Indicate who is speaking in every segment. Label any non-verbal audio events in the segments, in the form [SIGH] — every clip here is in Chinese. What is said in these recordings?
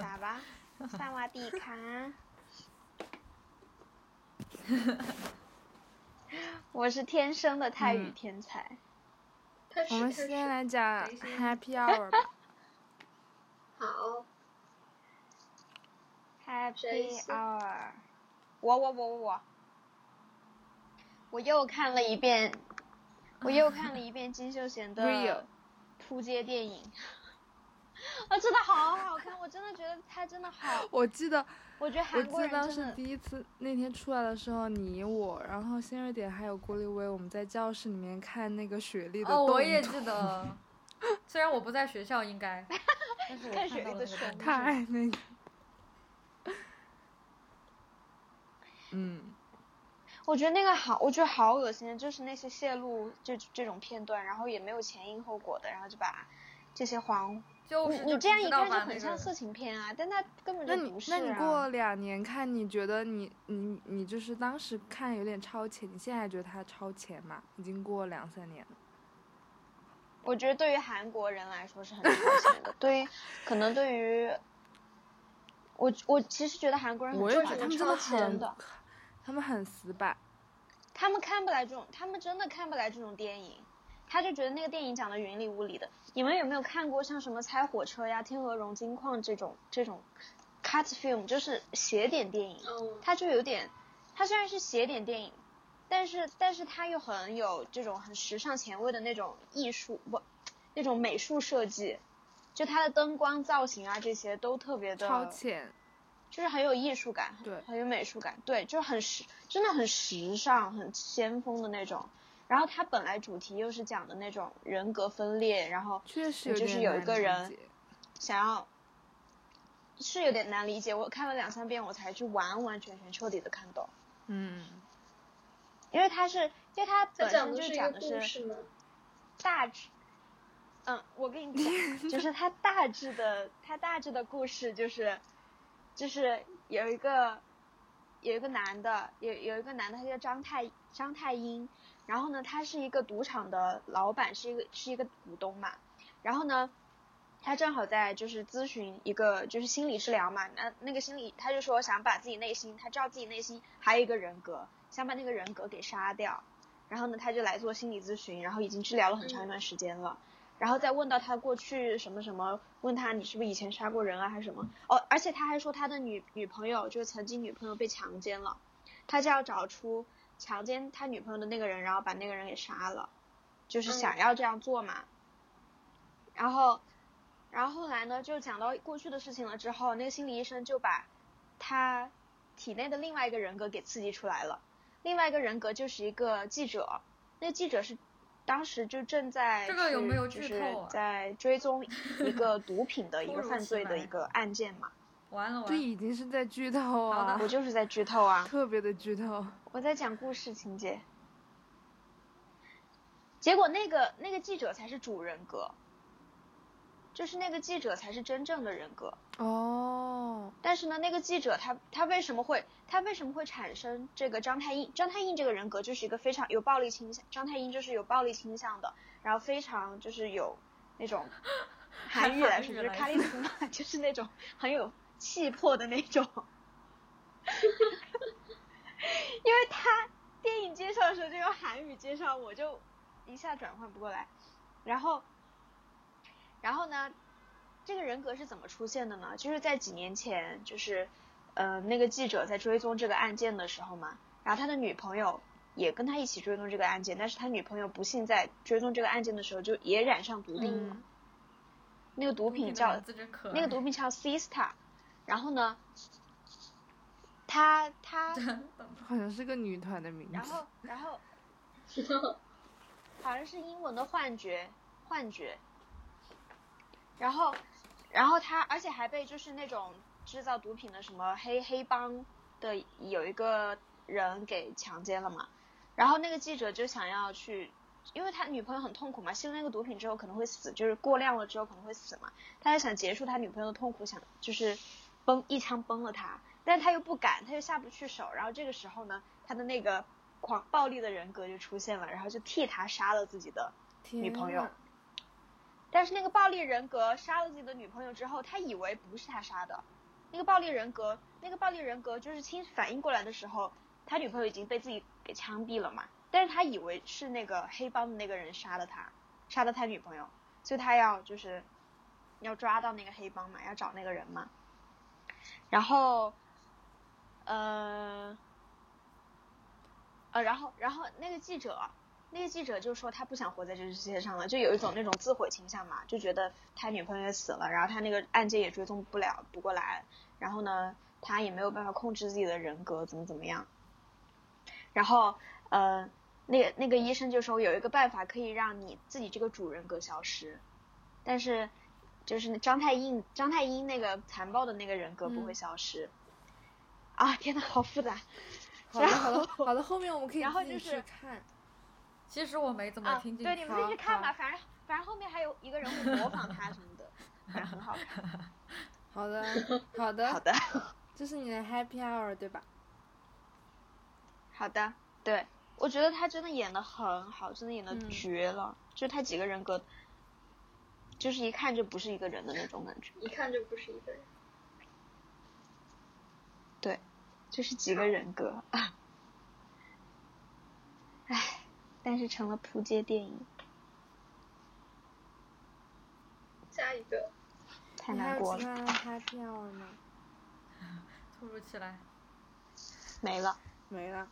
Speaker 1: 打吧，萨瓦迪卡。我是天生的泰语
Speaker 2: 嗯
Speaker 1: 天才。
Speaker 3: 开始
Speaker 2: 我们
Speaker 3: 开始
Speaker 2: 先来讲
Speaker 3: 等一下
Speaker 2: Happy Hour 吧。
Speaker 3: 好，
Speaker 1: Happy
Speaker 3: 谁先
Speaker 1: Hour。我我我我我。我又看了一遍，我又看了一遍金秀贤
Speaker 2: Real
Speaker 1: 的扑街电影。 [LAUGHS] 啊，真的好好看！我真的觉得他真的好，
Speaker 2: 我记得，
Speaker 1: 我觉得
Speaker 2: 我
Speaker 1: 韩
Speaker 2: 记
Speaker 1: 国
Speaker 2: 得
Speaker 1: 人
Speaker 2: 当
Speaker 1: 真
Speaker 2: 时
Speaker 1: 的
Speaker 2: 第一次那天出来的时候，你我，然后新瑞典还有郭立威，我们在教室里面看那个雪莉的
Speaker 4: 哦，我
Speaker 2: 动
Speaker 4: 也
Speaker 2: 图 [LAUGHS]
Speaker 4: 记得，虽然我不在学校，
Speaker 1: [LAUGHS]
Speaker 4: 应该，但是我
Speaker 1: 看
Speaker 4: 看
Speaker 1: 雪
Speaker 4: 到
Speaker 1: 莉的
Speaker 4: 了那
Speaker 1: 手
Speaker 4: 个动画。
Speaker 2: 太那个，嗯，
Speaker 1: 我觉得那个好，我觉得好恶心，就是那些泄露这这种片段，然后也没有前因后果的，然后就把这些黄，
Speaker 4: 就
Speaker 1: 你
Speaker 4: 是
Speaker 1: 你
Speaker 4: 就
Speaker 1: 这样
Speaker 4: 不
Speaker 1: 一
Speaker 4: 知道
Speaker 1: 看就
Speaker 4: 吧
Speaker 1: 很
Speaker 4: 那
Speaker 1: 像
Speaker 4: 个
Speaker 1: 色情片啊，但它根本
Speaker 2: 那
Speaker 1: 就
Speaker 2: 你
Speaker 1: 不是、啊
Speaker 2: 那你过两年看，你觉得你你你就是当时看有点超前，你现在还觉得它超前吗？已经过两三年了，
Speaker 1: 我觉得对于韩国人来说是很超前的，对于可能对于我我其实觉得韩国人很
Speaker 2: 我也
Speaker 1: 重
Speaker 2: 觉得
Speaker 1: 视
Speaker 2: 他们真
Speaker 1: 超
Speaker 2: 的
Speaker 1: 前
Speaker 2: 很
Speaker 1: 的，，
Speaker 2: 他们很死板，
Speaker 1: 他们看不来这种，他们真的看不来这种电影。他就觉得那个电影讲的云里雾里的。你们有没有看过像什么《拆火车》呀、《天鹅绒金矿》这种这种 cut film，就是斜点电影？
Speaker 3: 嗯，
Speaker 1: 它就有点，它虽然是斜点电影，但是但是它又很有这种很时尚前卫的那种艺术不，那种美术设计，就它的灯光造型啊这些都特别的
Speaker 2: 超前，
Speaker 1: 就是很有艺术感，
Speaker 2: 对
Speaker 1: 很有美术感，对，就是很时，真的很时尚、很先锋的那种。然后它本来主题又是讲的那种人格分裂，然后
Speaker 2: 确
Speaker 1: 就
Speaker 2: 实有点
Speaker 1: 是有一
Speaker 2: 难
Speaker 1: 个
Speaker 2: 理
Speaker 1: 人
Speaker 2: 解
Speaker 1: 想要是有点难理解。我看了两三遍，我才去完完全全彻底的看懂，
Speaker 2: 嗯，
Speaker 1: 因为它是，因为它
Speaker 3: 他
Speaker 1: 本
Speaker 3: 讲
Speaker 1: 身
Speaker 3: 的是
Speaker 1: 就
Speaker 3: 一个
Speaker 1: 讲的
Speaker 3: 故
Speaker 1: 是
Speaker 3: 事吗？
Speaker 1: 大致，嗯，我跟你讲，就是它大致的，它大致的故事就是，就是有一个有一个男的，有有一个男的，他叫张太张太英，然后呢，他是一个赌场的老板，是一个是一个股东嘛，然后呢。他正好在就是咨询一个就是心理治疗嘛，那那个心理他就说想把自己内心，他知道自己内心还有一个人格，想把那个人格给杀掉，然后呢，他就来做心理咨询，然后已经治疗了很长一段时间了。然后再问到他过去什么什么，问他你是不是以前杀过人啊，还是什么？哦，而且他还说他的女女朋友就是曾经女朋友被强奸了，他就要找出强奸他女朋友的那个人，然后把那个人给杀了，就是想要这样做嘛。然后，然后后来呢，就讲到过去的事情了之后，那个心理医生就把他体内的另外一个人格给刺激出来了。另外一个人格就是一个记者，那个记者是当时就正在
Speaker 4: 这个有
Speaker 1: 去
Speaker 4: 没有
Speaker 1: 就
Speaker 4: 剧
Speaker 1: 是
Speaker 4: 透啊
Speaker 1: 在追踪一个毒品的一
Speaker 4: [LAUGHS] 突
Speaker 1: 个
Speaker 4: 如
Speaker 1: 犯
Speaker 4: 其
Speaker 1: 罪的
Speaker 4: 来
Speaker 1: 一个案件嘛。
Speaker 4: 完了完
Speaker 2: 这
Speaker 4: 了，
Speaker 2: 已经是在剧透
Speaker 4: 好的
Speaker 2: 啊
Speaker 1: 我，就是在剧透啊，
Speaker 2: 特别的剧
Speaker 1: [LAUGHS]
Speaker 2: 透，
Speaker 1: 我在讲故事情节。结果那个那个记者才是主人格，就是那个记者才是真正的人格。
Speaker 2: 哦，
Speaker 1: 但是呢，那个记者他他为什么会他为什么会产生这个张太印？张太印这个人格就是一个非常有暴力倾向，张太印就是有暴力倾向的，然后非常就是有那 [LAUGHS] 种韩语来说
Speaker 4: 韩
Speaker 1: 就
Speaker 4: 语
Speaker 1: 是
Speaker 4: 来
Speaker 1: 卡里斯玛， [LAUGHS] 就是那种很有气魄的那种。 [LAUGHS] 因为他电影介绍的时候就用韩语介绍，我就一下转换不过来。然后，然后呢，这个人格是怎么出现的呢？就是在几年前，就是呃那个记者在追踪这个案件的时候嘛，然后他的女朋友也跟他一起追踪这个案件，但是他女朋友不幸在追踪这个案件的时候就也染上毒品了。
Speaker 2: 嗯
Speaker 1: 那个毒
Speaker 4: 毒品
Speaker 1: 品
Speaker 4: 的
Speaker 1: 叫
Speaker 4: 名字真可
Speaker 1: 那个
Speaker 4: 爱
Speaker 1: 毒品叫 Sista，然后呢，他他
Speaker 2: 好像是个女团的名字，
Speaker 1: 然后，然后好像是英文的幻觉，幻觉。然后，然后他而且还被就是那种制造毒品的什么黑黑帮的有一个人给强奸了嘛。然后那个记者就想要去，因为他女朋友很痛苦嘛，吸了那个毒品之后可能会死，就是过量了之后可能会死嘛。他就想结束他女朋友的痛苦，想就是崩一枪崩了他，但是他又不敢，他又下不去手。然后这个时候呢，他的那个狂暴力的人格就出现了，然后就替他杀了自己的
Speaker 2: 天
Speaker 1: 女朋友
Speaker 2: 呐
Speaker 1: 但是那个暴力人格杀了自己的女朋友之后，他以为不是他杀的。那个暴力人格，那个暴力人格就是清反应过来的时候，他女朋友已经被自己给枪毙了嘛。但是他以为是那个黑帮的那个人杀了他，杀了他女朋友，所以他要就是要抓到那个黑帮嘛，要找那个人嘛。然后，呃，呃，然后然后那个记者，那个记者就说他不想活在这个世界上了，就有一种那种自毁倾向嘛，就觉得他女朋友也死了，然后他那个案件也追踪不了不过来，然后呢，他也没有办法控制自己的人格，怎么怎么样。然后呃，那个那个医生就说有一个办法可以让你自己这个主人格消失，但是就是张太英张太英那个残暴的那个人格不会
Speaker 2: 嗯
Speaker 1: 消失。啊，天呐，好复杂。
Speaker 2: 好的
Speaker 1: 然
Speaker 2: 好的
Speaker 1: 后
Speaker 2: 好的，后面我们可以
Speaker 1: 然后
Speaker 2: 自己
Speaker 1: 就是
Speaker 2: 去看。
Speaker 4: 其实我没怎么
Speaker 1: 啊，
Speaker 4: 听进去。
Speaker 1: 对，你们自己去看吧，
Speaker 4: 好。
Speaker 1: 反正反正后面还有一个人会模仿他什么的，反正很好看。
Speaker 2: 好的好的，
Speaker 1: [LAUGHS] 好的，
Speaker 2: 这是你的 Happy Hour 对吧？
Speaker 1: 好的，对，我觉得他真的演的很好，真的演的
Speaker 2: 嗯
Speaker 1: 绝了，就他几个人格，就是一看就不是一个人的那种感觉，
Speaker 3: 一看就不是一个人。
Speaker 1: 对，就是几个人格啊，唉，但是成了扑街电影，
Speaker 3: 下一个，
Speaker 1: 太
Speaker 2: 你还
Speaker 1: 难
Speaker 2: 有
Speaker 1: 过
Speaker 2: 其
Speaker 1: 了，
Speaker 2: 他的 Happy Hour 吗？
Speaker 4: 突如
Speaker 1: [LAUGHS]
Speaker 4: 其来，
Speaker 1: 没了。
Speaker 2: 没
Speaker 1: [LAUGHS]
Speaker 2: 了。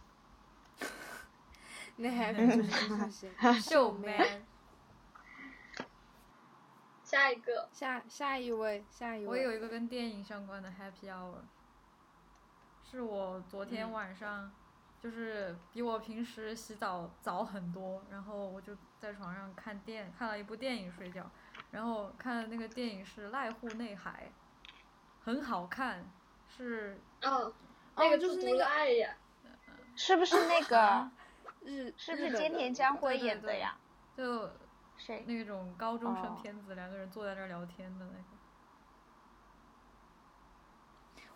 Speaker 2: 那 Happy 就是就
Speaker 1: [LAUGHS]
Speaker 2: 是
Speaker 4: 秀 man，
Speaker 3: 下一个，
Speaker 2: 下下一位，下一位。
Speaker 4: 我有一个跟电影相关的 happy hour，是我昨天
Speaker 1: 嗯
Speaker 4: 晚上，就是比我平时洗澡早很多，然后我就在床上看电，看了一部电影睡觉，然后看的那个电影是《濑户内海》，很好看，是
Speaker 3: 哦，
Speaker 2: 哦
Speaker 3: 那个
Speaker 2: 就是
Speaker 3: 自
Speaker 2: 那
Speaker 3: 读
Speaker 2: 个
Speaker 3: 的爱呀，
Speaker 1: 是不是那个？
Speaker 2: 日
Speaker 1: 是不
Speaker 2: 日
Speaker 1: 是
Speaker 2: 本
Speaker 1: 菅
Speaker 2: 的
Speaker 1: 田将晖
Speaker 4: 对对
Speaker 1: 演的
Speaker 4: 对
Speaker 1: 呀？
Speaker 4: 就
Speaker 1: 谁？
Speaker 4: 那种高中生
Speaker 1: 哦
Speaker 4: 片子，两个人坐在那儿聊天的那个。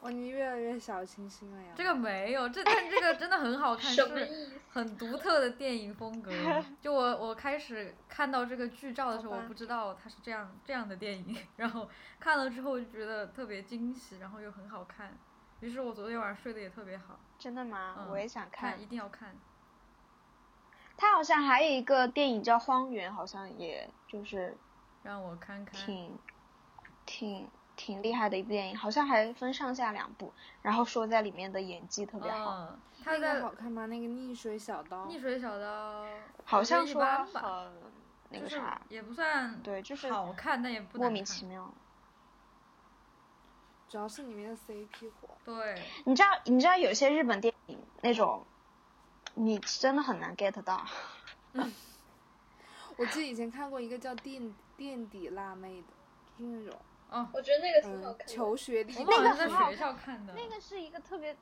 Speaker 2: 哇，你越来越小清新了呀！
Speaker 4: 这个没有，这但这个真的很好看，
Speaker 3: 什么
Speaker 4: 是
Speaker 3: 意思？
Speaker 4: 很独特的电影风
Speaker 1: [LAUGHS]
Speaker 4: 格。就我我开始看到这个剧照的时候，
Speaker 2: 好
Speaker 4: 我
Speaker 2: 吧
Speaker 4: 不知道它是这样这样的电影，然后看了之后就觉得特别惊喜，然后又很好看。于是我昨天晚上睡得也特别好，
Speaker 1: 真的吗？
Speaker 4: 嗯
Speaker 1: 我也想看
Speaker 4: 看一。定要看。
Speaker 1: 他好像还有一个电影叫《荒原》，好像也就是
Speaker 4: 让我看看，
Speaker 1: 挺挺挺厉害的一部电影，好像还分上下两部。然后说在里面的演技特别好，
Speaker 4: 嗯，他
Speaker 2: 那个
Speaker 4: 在
Speaker 2: 好看吗？那个逆水小刀。
Speaker 4: 溺水小刀，
Speaker 1: 好
Speaker 4: 我觉得
Speaker 1: 像
Speaker 4: 一
Speaker 1: 说
Speaker 4: 般
Speaker 1: 很
Speaker 4: 吧，
Speaker 1: 那
Speaker 4: 就
Speaker 1: 个
Speaker 4: 是
Speaker 1: 啥，
Speaker 4: 也不算
Speaker 1: 对就是
Speaker 4: 好看，但也不
Speaker 1: 莫
Speaker 4: 难
Speaker 1: 名
Speaker 4: 看
Speaker 1: 其妙。
Speaker 2: 主要是里面的 CP 火。
Speaker 4: 对，
Speaker 1: 你知道你知道有些日本电影那种，你真的很难 get 到。
Speaker 2: 我记得以前看过一个叫垫垫底辣妹的，就是那种
Speaker 1: [LAUGHS]
Speaker 4: 哦，
Speaker 3: 我觉得那个挺好
Speaker 2: 嗯
Speaker 3: 看的。
Speaker 2: 求学历
Speaker 4: 我
Speaker 2: 程
Speaker 4: 们好像
Speaker 1: 个
Speaker 4: 在
Speaker 1: 很好
Speaker 4: 学校看的，
Speaker 1: 那个是一个特别，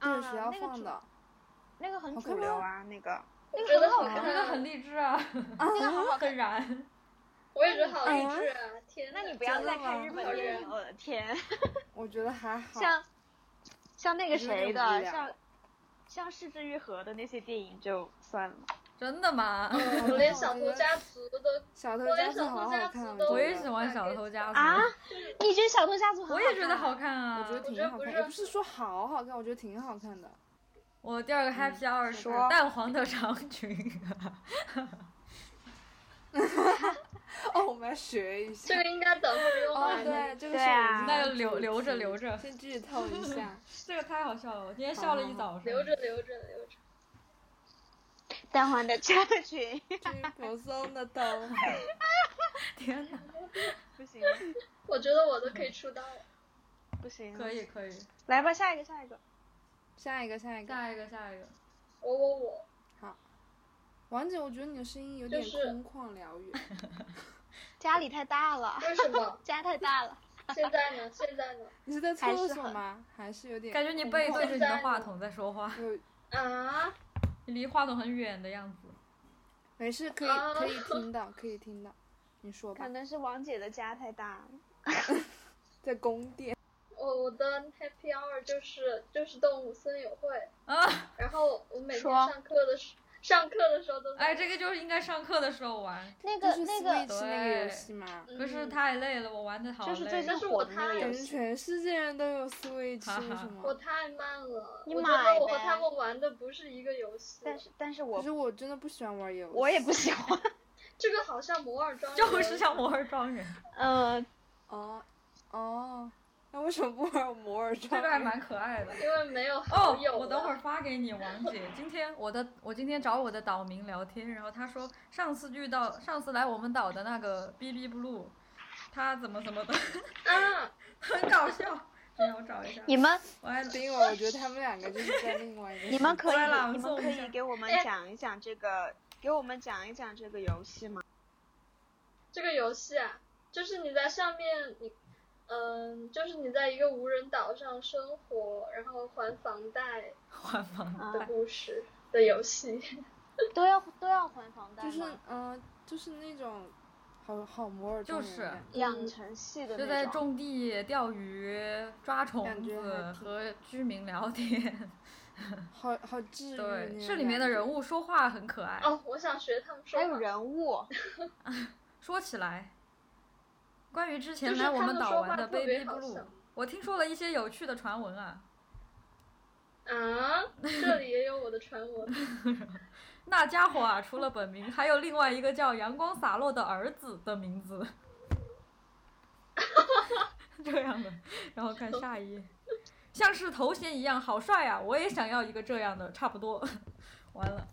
Speaker 2: 对
Speaker 1: 啊，
Speaker 2: 学校
Speaker 1: 那个
Speaker 2: 放
Speaker 1: 主
Speaker 2: 的。
Speaker 1: 那个很
Speaker 2: 好
Speaker 1: 主
Speaker 2: 看
Speaker 1: 流
Speaker 2: 吗
Speaker 1: 啊，那个
Speaker 3: 我觉得好
Speaker 4: 我
Speaker 3: 看
Speaker 4: 觉得
Speaker 3: 啊，
Speaker 4: 很励志啊，
Speaker 1: 那个好好看。
Speaker 4: 很燃。
Speaker 3: 我也觉得好励志啊！天哪，
Speaker 1: 那你不要
Speaker 2: 真
Speaker 1: 再
Speaker 2: 的
Speaker 1: 看
Speaker 2: 吗
Speaker 1: 日本电影，我的天。
Speaker 2: [LAUGHS] 我觉得还好。
Speaker 1: 像像那个
Speaker 2: 我觉得
Speaker 1: 谁
Speaker 2: 很无
Speaker 1: 的，
Speaker 2: 聊
Speaker 1: 像像《失之愈合》的那些电影就算了。
Speaker 4: 真的吗？
Speaker 3: 我连小偷家族都，
Speaker 2: 小偷
Speaker 3: 我
Speaker 2: 家
Speaker 3: 连
Speaker 2: 族
Speaker 3: 小
Speaker 2: 好
Speaker 3: 偷
Speaker 2: 好
Speaker 3: 家
Speaker 2: 看，
Speaker 3: 族都
Speaker 4: 我也
Speaker 2: 觉
Speaker 4: 喜
Speaker 2: 得
Speaker 4: 欢小偷家族
Speaker 1: 啊，你觉得《小偷家族》很好
Speaker 4: 我也觉得
Speaker 1: 看
Speaker 4: 好看
Speaker 2: 我
Speaker 4: 啊
Speaker 2: 觉。得
Speaker 3: 我
Speaker 2: 挺
Speaker 3: 觉得
Speaker 2: 好
Speaker 3: 不
Speaker 2: 看，
Speaker 3: 是
Speaker 2: 也不是说好好看，我觉得挺好看的。
Speaker 4: 我第二个 happy hour 是
Speaker 1: 说
Speaker 4: 蛋黄的长裙，啊
Speaker 2: 哦，我们来学一下
Speaker 3: 这。个应该等会儿用
Speaker 2: 哦，
Speaker 3: 完。
Speaker 2: 对，这个
Speaker 1: 对
Speaker 2: 是我
Speaker 1: 啊
Speaker 2: 们
Speaker 4: 那
Speaker 2: 的
Speaker 4: 就留
Speaker 2: 主
Speaker 4: 留着
Speaker 2: 题
Speaker 4: 留着
Speaker 2: 先剧透一 [LAUGHS] 下。
Speaker 4: 这个太好笑了，我今天笑了一早上。
Speaker 3: 留着留着留着，
Speaker 1: 蛋黄的家群，
Speaker 2: 这蓬松的头，
Speaker 4: 天哪，
Speaker 1: 不行
Speaker 3: 我觉得我都可以出道了。
Speaker 1: 不行，
Speaker 4: 可以可以，
Speaker 1: 来吧，下一个下一个。
Speaker 2: [LAUGHS] 下一个，下一个。
Speaker 4: 下一个下一个，
Speaker 3: 我我我，
Speaker 2: 王姐，我觉得你的声音有
Speaker 3: 就
Speaker 2: 点
Speaker 3: 是
Speaker 2: 空旷疗愈。
Speaker 1: 家里太大了，？
Speaker 3: 为什么
Speaker 1: 家太大了。
Speaker 3: 现在呢？现在呢？
Speaker 2: 你是在
Speaker 1: 还
Speaker 2: 厕
Speaker 1: 是
Speaker 2: 所
Speaker 1: 很
Speaker 2: 吗？还是有点
Speaker 4: 感觉你背对着你的
Speaker 3: 空
Speaker 4: 话
Speaker 3: 旷
Speaker 4: 筒在说话，
Speaker 2: 有
Speaker 3: 啊，
Speaker 4: 你离话筒很远的样子。
Speaker 2: 没事，可以
Speaker 3: 啊
Speaker 2: 可以听到，可以听到。你说吧
Speaker 1: 可，能是王姐的家太大了。
Speaker 2: 在宫殿。
Speaker 3: 我我的 happy hour 就是就是动物森友会，
Speaker 4: 啊，
Speaker 3: [LAUGHS] 然后我每天
Speaker 1: 说
Speaker 3: 上课的时上课的时候都在
Speaker 4: 哎，这个就是应该上课的时候玩，
Speaker 1: 那
Speaker 2: 就
Speaker 1: 个
Speaker 2: 是
Speaker 1: 那个
Speaker 2: Switch 那个游
Speaker 4: 对
Speaker 2: 戏嘛，
Speaker 3: 嗯
Speaker 4: 可是太累了，我玩的好累。
Speaker 1: 就是最近
Speaker 3: 但是
Speaker 1: 火
Speaker 3: 我
Speaker 1: 的那个
Speaker 3: 太
Speaker 1: 游
Speaker 2: 感
Speaker 3: 有
Speaker 2: 觉
Speaker 1: 戏，
Speaker 2: 全世界人都有 Switch，
Speaker 4: 哈
Speaker 2: 为
Speaker 4: 哈
Speaker 2: 什
Speaker 3: 我
Speaker 2: 么？
Speaker 3: 太慢了，
Speaker 1: 你
Speaker 3: 我觉
Speaker 1: 买
Speaker 3: 得我和
Speaker 1: 呗
Speaker 3: 他们玩的不是一个游戏。
Speaker 1: 但是但是
Speaker 2: 可
Speaker 1: 我
Speaker 2: 是我真的不喜欢玩游戏，
Speaker 1: 我也不喜欢。
Speaker 3: 这个好像摩尔庄园，
Speaker 4: 就是像摩尔庄园，
Speaker 1: 嗯，
Speaker 2: 哦哦，那为什么不玩摩尔
Speaker 4: [LAUGHS] 这
Speaker 2: 庄
Speaker 4: 个还
Speaker 2: 园？
Speaker 4: 蛮可爱的。
Speaker 3: 因为没有
Speaker 4: 哦
Speaker 3: 好友、，
Speaker 4: 我等会儿。发给你王姐。今天我的我今天找我的岛民聊天，然后他说上次遇到上次来我们岛的那个 B B Blue，他怎么怎么的， [LAUGHS]
Speaker 3: 啊，
Speaker 4: 很搞笑。等一下我找一下。
Speaker 1: 你们
Speaker 4: 完了，
Speaker 2: 因为啊我觉得他们两个就是在另外一个世界。
Speaker 1: 你们可
Speaker 4: 乖
Speaker 1: 以
Speaker 4: 了
Speaker 1: 你们
Speaker 4: 送
Speaker 1: 可
Speaker 4: 一下
Speaker 1: 以给我们讲一讲这个，给我们讲一讲这个游戏吗？
Speaker 3: 这个游戏啊，就是你在上面，你，嗯，就是你在一个无人岛上生活，然后还房贷
Speaker 4: 换房
Speaker 1: 啊
Speaker 3: 的故事的游戏。
Speaker 1: 都要都要还房贷
Speaker 2: 就是
Speaker 1: 吗
Speaker 2: 嗯、呃就是那种好好摩尔
Speaker 4: 就
Speaker 2: 庄园
Speaker 4: 是
Speaker 2: 的感觉
Speaker 1: 养成系的
Speaker 4: 嗯就
Speaker 1: 那
Speaker 4: 在
Speaker 1: 种。
Speaker 4: 种地、钓鱼、抓虫
Speaker 2: 感觉还
Speaker 4: 子
Speaker 2: 挺
Speaker 4: 和居民聊天。
Speaker 2: 好好治愈那
Speaker 4: 对，
Speaker 2: 种
Speaker 4: 这里面的
Speaker 2: 感觉
Speaker 4: 人物说话很可爱。
Speaker 3: 哦，我想学他们说
Speaker 1: 还有
Speaker 3: 话，
Speaker 1: 人物，
Speaker 4: 说起来，关于之
Speaker 3: 就
Speaker 4: 前
Speaker 3: 是
Speaker 4: 来我
Speaker 3: 他
Speaker 4: 们
Speaker 3: 们
Speaker 4: 岛
Speaker 3: 说
Speaker 4: 玩
Speaker 3: 话
Speaker 4: 的
Speaker 3: 特
Speaker 4: Baby
Speaker 3: 别好
Speaker 4: Blue，
Speaker 3: 笑
Speaker 4: 我听说了一些有趣的传闻啊。
Speaker 3: 啊，这里也有我的传闻。
Speaker 4: 那家伙啊，除了本名，还有另外一个叫阳光洒落的儿子的名字。 [LAUGHS] 这样的，然后看下一页，像是头衔一样，好帅啊！我也想要一个这样的，差不多。完了，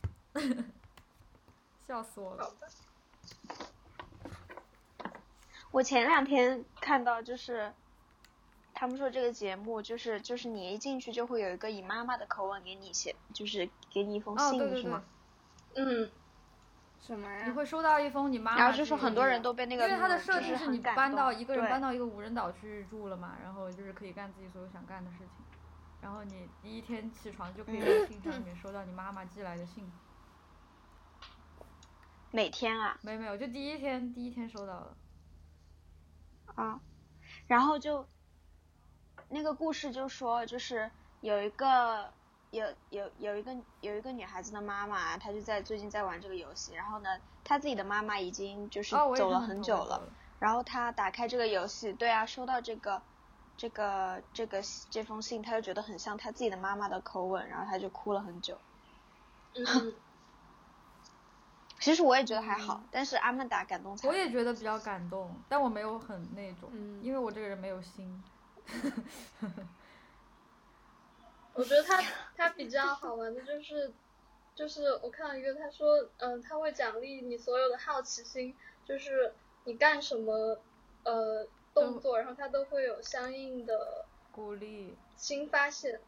Speaker 4: 笑死我了
Speaker 3: 好。吧，
Speaker 1: 我前两天看到就是，他们说这个节目就是就是你一进去就会有一个以妈妈的口吻给你写，就是给你一封
Speaker 4: 哦，
Speaker 1: 信、
Speaker 4: 对对
Speaker 1: 是
Speaker 4: 对
Speaker 1: 吗？，
Speaker 3: 嗯，
Speaker 2: 什么
Speaker 4: 你
Speaker 2: 呀？
Speaker 4: 会收到一封你妈妈。
Speaker 1: 然后就说很多人都被那
Speaker 4: 因
Speaker 1: 个，
Speaker 4: 为它的设
Speaker 1: 就
Speaker 4: 定
Speaker 1: 是
Speaker 4: 你
Speaker 1: 很感
Speaker 4: 搬到
Speaker 1: 动
Speaker 4: 一个人
Speaker 1: 对
Speaker 4: 搬到一个无人岛去住了嘛，然后就是可以干自己所有想干的事情，然后你第一天起床就可以在信
Speaker 1: 嗯
Speaker 4: 上面收到你妈妈寄来的信，
Speaker 1: 每天啊
Speaker 4: 没有没有，就第一天第一天收到了，
Speaker 1: 啊，然后就那个故事就说就是有一个有有有一个有一个女孩子的妈妈，她就在最近在玩这个游戏，然后呢，她自己的妈妈已经就是
Speaker 4: 哦，我也
Speaker 1: 走了
Speaker 4: 看到
Speaker 1: 很
Speaker 4: 投
Speaker 1: 久
Speaker 4: 稿
Speaker 1: 了，然后他打开这个游戏，对啊，收到这个这个这个这封信，他就觉得很像他自己的妈妈的口吻，然后他就哭了很久。
Speaker 3: 嗯，
Speaker 1: 其实我也觉得还好，
Speaker 2: 嗯
Speaker 1: 但是阿曼达感动惨
Speaker 4: 我
Speaker 1: 了。
Speaker 4: 也觉得比较感动，但我没有很那种，
Speaker 2: 嗯
Speaker 4: 因为我这个人没有心，
Speaker 3: 我觉得他他比较好玩的就是，就是我看到一个他说，嗯，他会奖励你所有的好奇心，就是你干什么，呃，动作，然后他都会有相应的
Speaker 4: 鼓励，
Speaker 3: 新发现。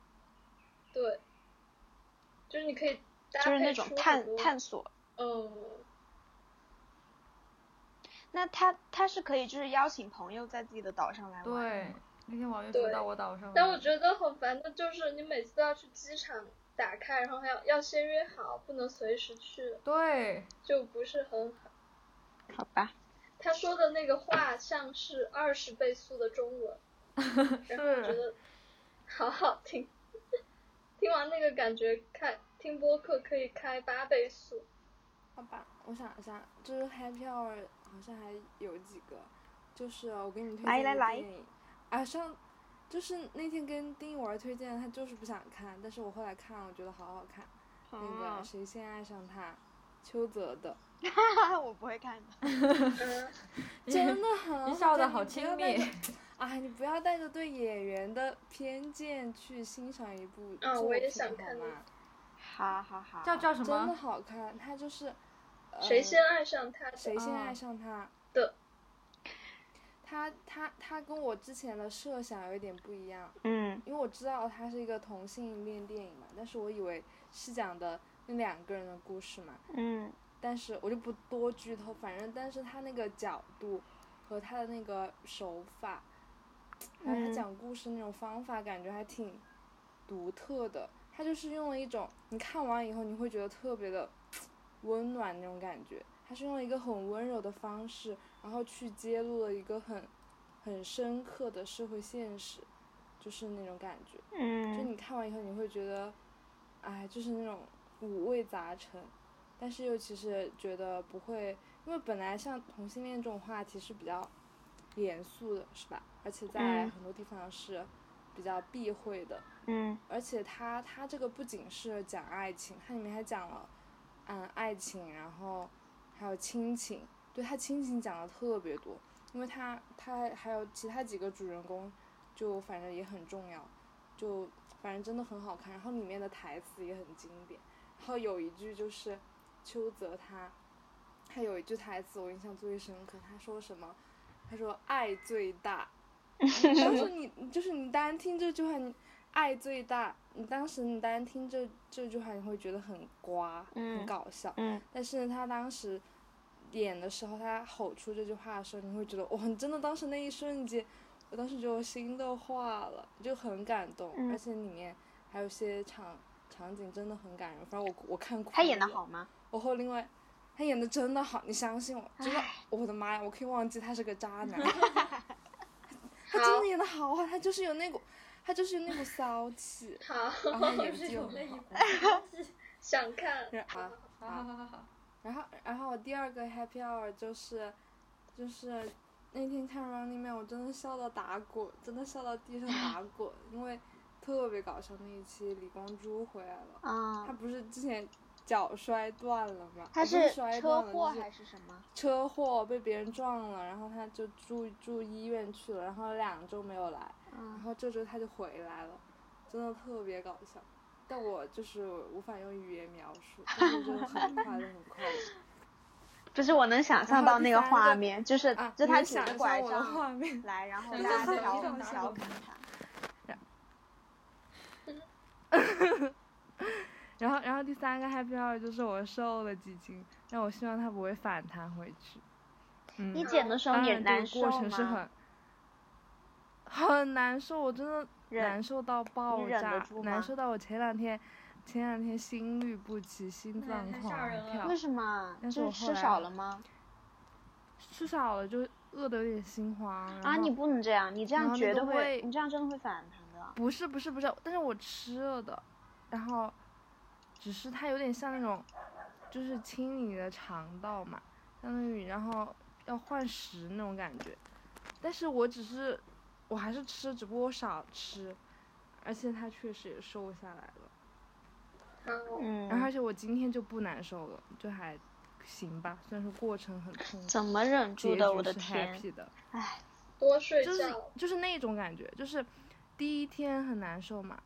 Speaker 3: 对，就是你可以搭
Speaker 1: 就是那
Speaker 3: 配
Speaker 1: 种
Speaker 3: 出很
Speaker 1: 探
Speaker 3: 多，
Speaker 1: 探索，
Speaker 3: 嗯，
Speaker 1: 那他他是可以就是邀请朋友在自己的岛上来玩。
Speaker 4: 对，，那天网友走
Speaker 3: 对
Speaker 4: 到我岛上了，
Speaker 3: 但我觉得很烦的就是你每次都要去机场打开，然后还要要先约好，不能随时去，
Speaker 4: 对，
Speaker 3: 就不是很好。
Speaker 1: 好吧，
Speaker 3: 他说的那个话像是二十倍速的中文，然后我觉
Speaker 4: 是
Speaker 3: 得 [LAUGHS] 好好听。听完那个感觉开听播客可以开八倍速，
Speaker 2: 好吧，我想一下，就是 Happy Hour 好像还有几个，就是我给你推
Speaker 1: 来
Speaker 2: 荐
Speaker 1: 来
Speaker 2: 一个
Speaker 1: 来
Speaker 2: 电影啊，上就是那天跟丁一文推荐，他就是不想看，但是我后来看了，我觉得好好看，
Speaker 4: 哦
Speaker 2: 那个
Speaker 1: 嗯，
Speaker 2: 谁先爱上他，邱泽
Speaker 4: [LAUGHS]
Speaker 2: 的，
Speaker 1: [LAUGHS]
Speaker 2: 啊
Speaker 1: 我不会看的。
Speaker 2: [LAUGHS]
Speaker 3: 嗯，
Speaker 2: 真的很
Speaker 4: [LAUGHS] 你
Speaker 2: 好
Speaker 4: 笑
Speaker 2: 看
Speaker 4: 的好
Speaker 2: 你不
Speaker 4: 亲
Speaker 2: 要带
Speaker 4: 密
Speaker 2: 着，啊，你不要带着对演员的偏见去欣赏一部
Speaker 3: 啊
Speaker 2: 作
Speaker 3: 我也
Speaker 2: 品
Speaker 3: 想
Speaker 2: 好
Speaker 3: 看那
Speaker 2: 吗？
Speaker 1: 好好好，
Speaker 4: [LAUGHS] 叫叫什
Speaker 2: 真的
Speaker 4: 么？
Speaker 2: 好看，他就是、呃、
Speaker 3: 谁先爱上他的？
Speaker 2: 谁先
Speaker 4: 哦
Speaker 2: 爱上他
Speaker 3: 的
Speaker 2: 他他他跟我之前的设想有一点不一样，
Speaker 1: 嗯
Speaker 2: 因为我知道它是一个同性恋电影嘛，但是我以为是讲的那两个人的故事嘛，
Speaker 1: 嗯，
Speaker 2: 但是我就不多剧透，反正但是他那个角度和他的那个手法，还有他
Speaker 1: 嗯
Speaker 2: 讲故事那种方法，感觉还挺独特的。他就是用了一种你看完以后你会觉得特别的温暖那种感觉，他是用了一个很温柔的方式，然后去揭露了一个很很深刻的社会现实，就是那种感觉。就
Speaker 1: 嗯
Speaker 2: 你看完以后，你会觉得，哎，就是那种五味杂陈，但是又其实觉得不会，因为本来像同性恋这种话题是比较严肃的，是吧？而且在
Speaker 1: 嗯
Speaker 2: 很多地方是比较避讳的。
Speaker 1: 嗯
Speaker 2: 而且它它这个不仅是讲爱情，它里面还讲了，嗯，爱情，然后还有亲情，对它亲情讲的特别多，因为它它还有其他几个主人公，就反正也很重要，就反正真的很好看，然后里面的台词也很经典，然后有一句就是邱泽他，他有一句台词我印象最深刻，他说什么？他说爱最大。当时你就是你单听这句话，你爱最大。你当时你单听这这句话，你会觉得很瓜，很
Speaker 1: 嗯
Speaker 2: 搞笑。
Speaker 1: 嗯
Speaker 2: 但是他当时演的时候，他吼出这句话的时候，你会觉得哇，你真的当时那一瞬间，我当时觉得我心都化了，就很感动。
Speaker 1: 嗯
Speaker 2: 而且里面还有些场场景真的很感人，反正我我看哭了。
Speaker 1: 他演的好吗？
Speaker 2: 我和另外，他演的真的好，你相信我，真的，我的妈呀，我可以忘记他是个渣
Speaker 1: [LAUGHS]
Speaker 2: 男，他真的演的好啊，他就是有那股，他就是有那股骚
Speaker 1: [LAUGHS]
Speaker 2: 气，
Speaker 3: 好，
Speaker 2: 然后
Speaker 4: 又
Speaker 2: 演
Speaker 4: 是
Speaker 2: 技又
Speaker 4: 有那
Speaker 2: 很
Speaker 4: 一
Speaker 2: 好
Speaker 4: 股垃圾。
Speaker 3: 想看，
Speaker 2: 然啊
Speaker 4: 好好好好好，
Speaker 2: 然后然后我第二个 happy hour 就是，就是那天看 Running Man，我真的笑到打滚，真的笑到地上打滚，因为特别搞笑那一期李光洙回来了，
Speaker 1: 啊
Speaker 2: 他，不是之前脚摔断了吗？
Speaker 1: 他
Speaker 2: 啊不是摔
Speaker 1: 车
Speaker 2: 断了
Speaker 1: 祸
Speaker 2: 就是
Speaker 1: 还是什么？
Speaker 2: 车祸被别人撞了，然后他就住住医院去了，然后两周没有来，然
Speaker 1: 嗯
Speaker 2: 后这周他就回来了，真的特别搞笑。但我就是无法用语言描述，但是真的很快乐，很
Speaker 1: [LAUGHS]
Speaker 2: 快乐
Speaker 1: 不是，我能想象到那个画面，就是
Speaker 2: 啊！
Speaker 1: 就他
Speaker 2: 你
Speaker 1: 举
Speaker 2: 想
Speaker 1: 着
Speaker 2: 象
Speaker 1: 拐
Speaker 2: 我的画
Speaker 1: 杖 [LAUGHS]
Speaker 2: 面，
Speaker 1: 来，然后
Speaker 4: 想
Speaker 1: 大
Speaker 4: 象
Speaker 1: 家调
Speaker 4: 我的画
Speaker 1: 调
Speaker 4: 面
Speaker 1: 侃他。
Speaker 2: 然后然后第三个 happy hour 就是我瘦了几斤，但我希望它不会反弹回去。嗯，
Speaker 1: 你剪的时候
Speaker 2: 当
Speaker 1: 也
Speaker 2: 然这
Speaker 1: 难
Speaker 2: 个
Speaker 1: 受
Speaker 2: 过程是
Speaker 1: 吗？
Speaker 2: 很很难受，我真的
Speaker 1: 忍
Speaker 2: 难受到爆
Speaker 1: 你忍得
Speaker 2: 炸
Speaker 1: 住，吗
Speaker 2: 难受到我前两天前两天心律不齐，心
Speaker 4: 那
Speaker 2: 脏
Speaker 4: 太吓
Speaker 2: 狂
Speaker 4: 人了
Speaker 2: 跳
Speaker 1: 为，什么？啊
Speaker 2: 但是
Speaker 1: 就
Speaker 2: 我
Speaker 1: 是
Speaker 2: 后
Speaker 1: 吃
Speaker 2: 来
Speaker 1: 少了吗？
Speaker 2: 吃少了就饿的有点心慌。然
Speaker 1: 啊，
Speaker 2: 后
Speaker 1: 你不能这样，你这
Speaker 2: 然
Speaker 1: 样
Speaker 2: 后
Speaker 1: 绝
Speaker 2: 那
Speaker 1: 对
Speaker 2: 个
Speaker 1: 会
Speaker 2: 胃，
Speaker 1: 你这样真的会反弹的。
Speaker 2: 不是不是不是，但是我吃了的，然后只是它有点像那种，就是清理你的肠道嘛，相当于然后要换食那种感觉。但是我只是我还是吃，只不过我少吃，而且它确实也瘦下来了。
Speaker 3: 好，
Speaker 2: 然后
Speaker 1: 嗯，
Speaker 2: 而且我今天就不难受了，就还行吧，虽然说过程很痛苦，
Speaker 1: 怎么忍
Speaker 2: 结
Speaker 1: 住的？我
Speaker 2: 局
Speaker 1: 的
Speaker 2: 是
Speaker 1: 天！
Speaker 2: happy 的，
Speaker 3: 多睡
Speaker 2: 就是
Speaker 3: 觉，
Speaker 2: 就是那种感觉，就是第一天很难受嘛，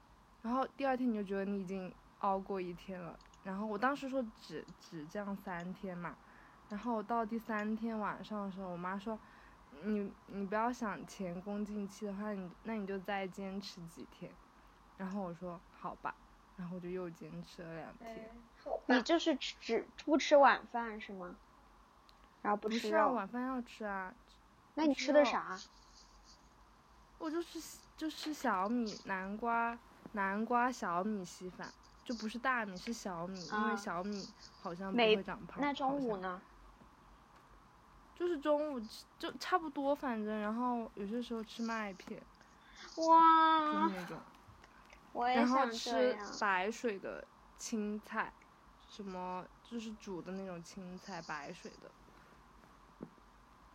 Speaker 2: 然后第二天你就觉得你已经熬过一天了，然后我当时说只只这样三天嘛，然后到第三天晚上的时候，我妈说。你你不要想前功尽弃的话，你那你就再坚持几天。然后我说好吧，然后我就又坚持了两天。
Speaker 4: 哎，
Speaker 3: 好吧
Speaker 1: 你。就是吃只不吃晚饭是吗？然后不
Speaker 2: 不
Speaker 1: 吃
Speaker 2: 是啊，
Speaker 1: 肉，
Speaker 2: 晚饭要吃啊，
Speaker 1: 那
Speaker 2: 不
Speaker 1: 你
Speaker 2: 吃
Speaker 1: 吃的
Speaker 2: 肉
Speaker 1: 啥？
Speaker 2: 我就吃就吃小米南瓜南瓜小米稀饭，就不是大米是小米，因
Speaker 1: 啊
Speaker 2: 为小米好像不
Speaker 1: 每
Speaker 2: 会长胖。
Speaker 1: 那中
Speaker 2: 好像
Speaker 1: 午？呢？
Speaker 2: 就是中午吃就差不多，反正然后有些时候吃麦片，就
Speaker 1: 哇
Speaker 2: 是，那种，
Speaker 1: 我也
Speaker 2: 然后
Speaker 1: 想这
Speaker 2: 吃
Speaker 1: 样。
Speaker 2: 白水的青菜，什么就是煮的那种青菜白水的。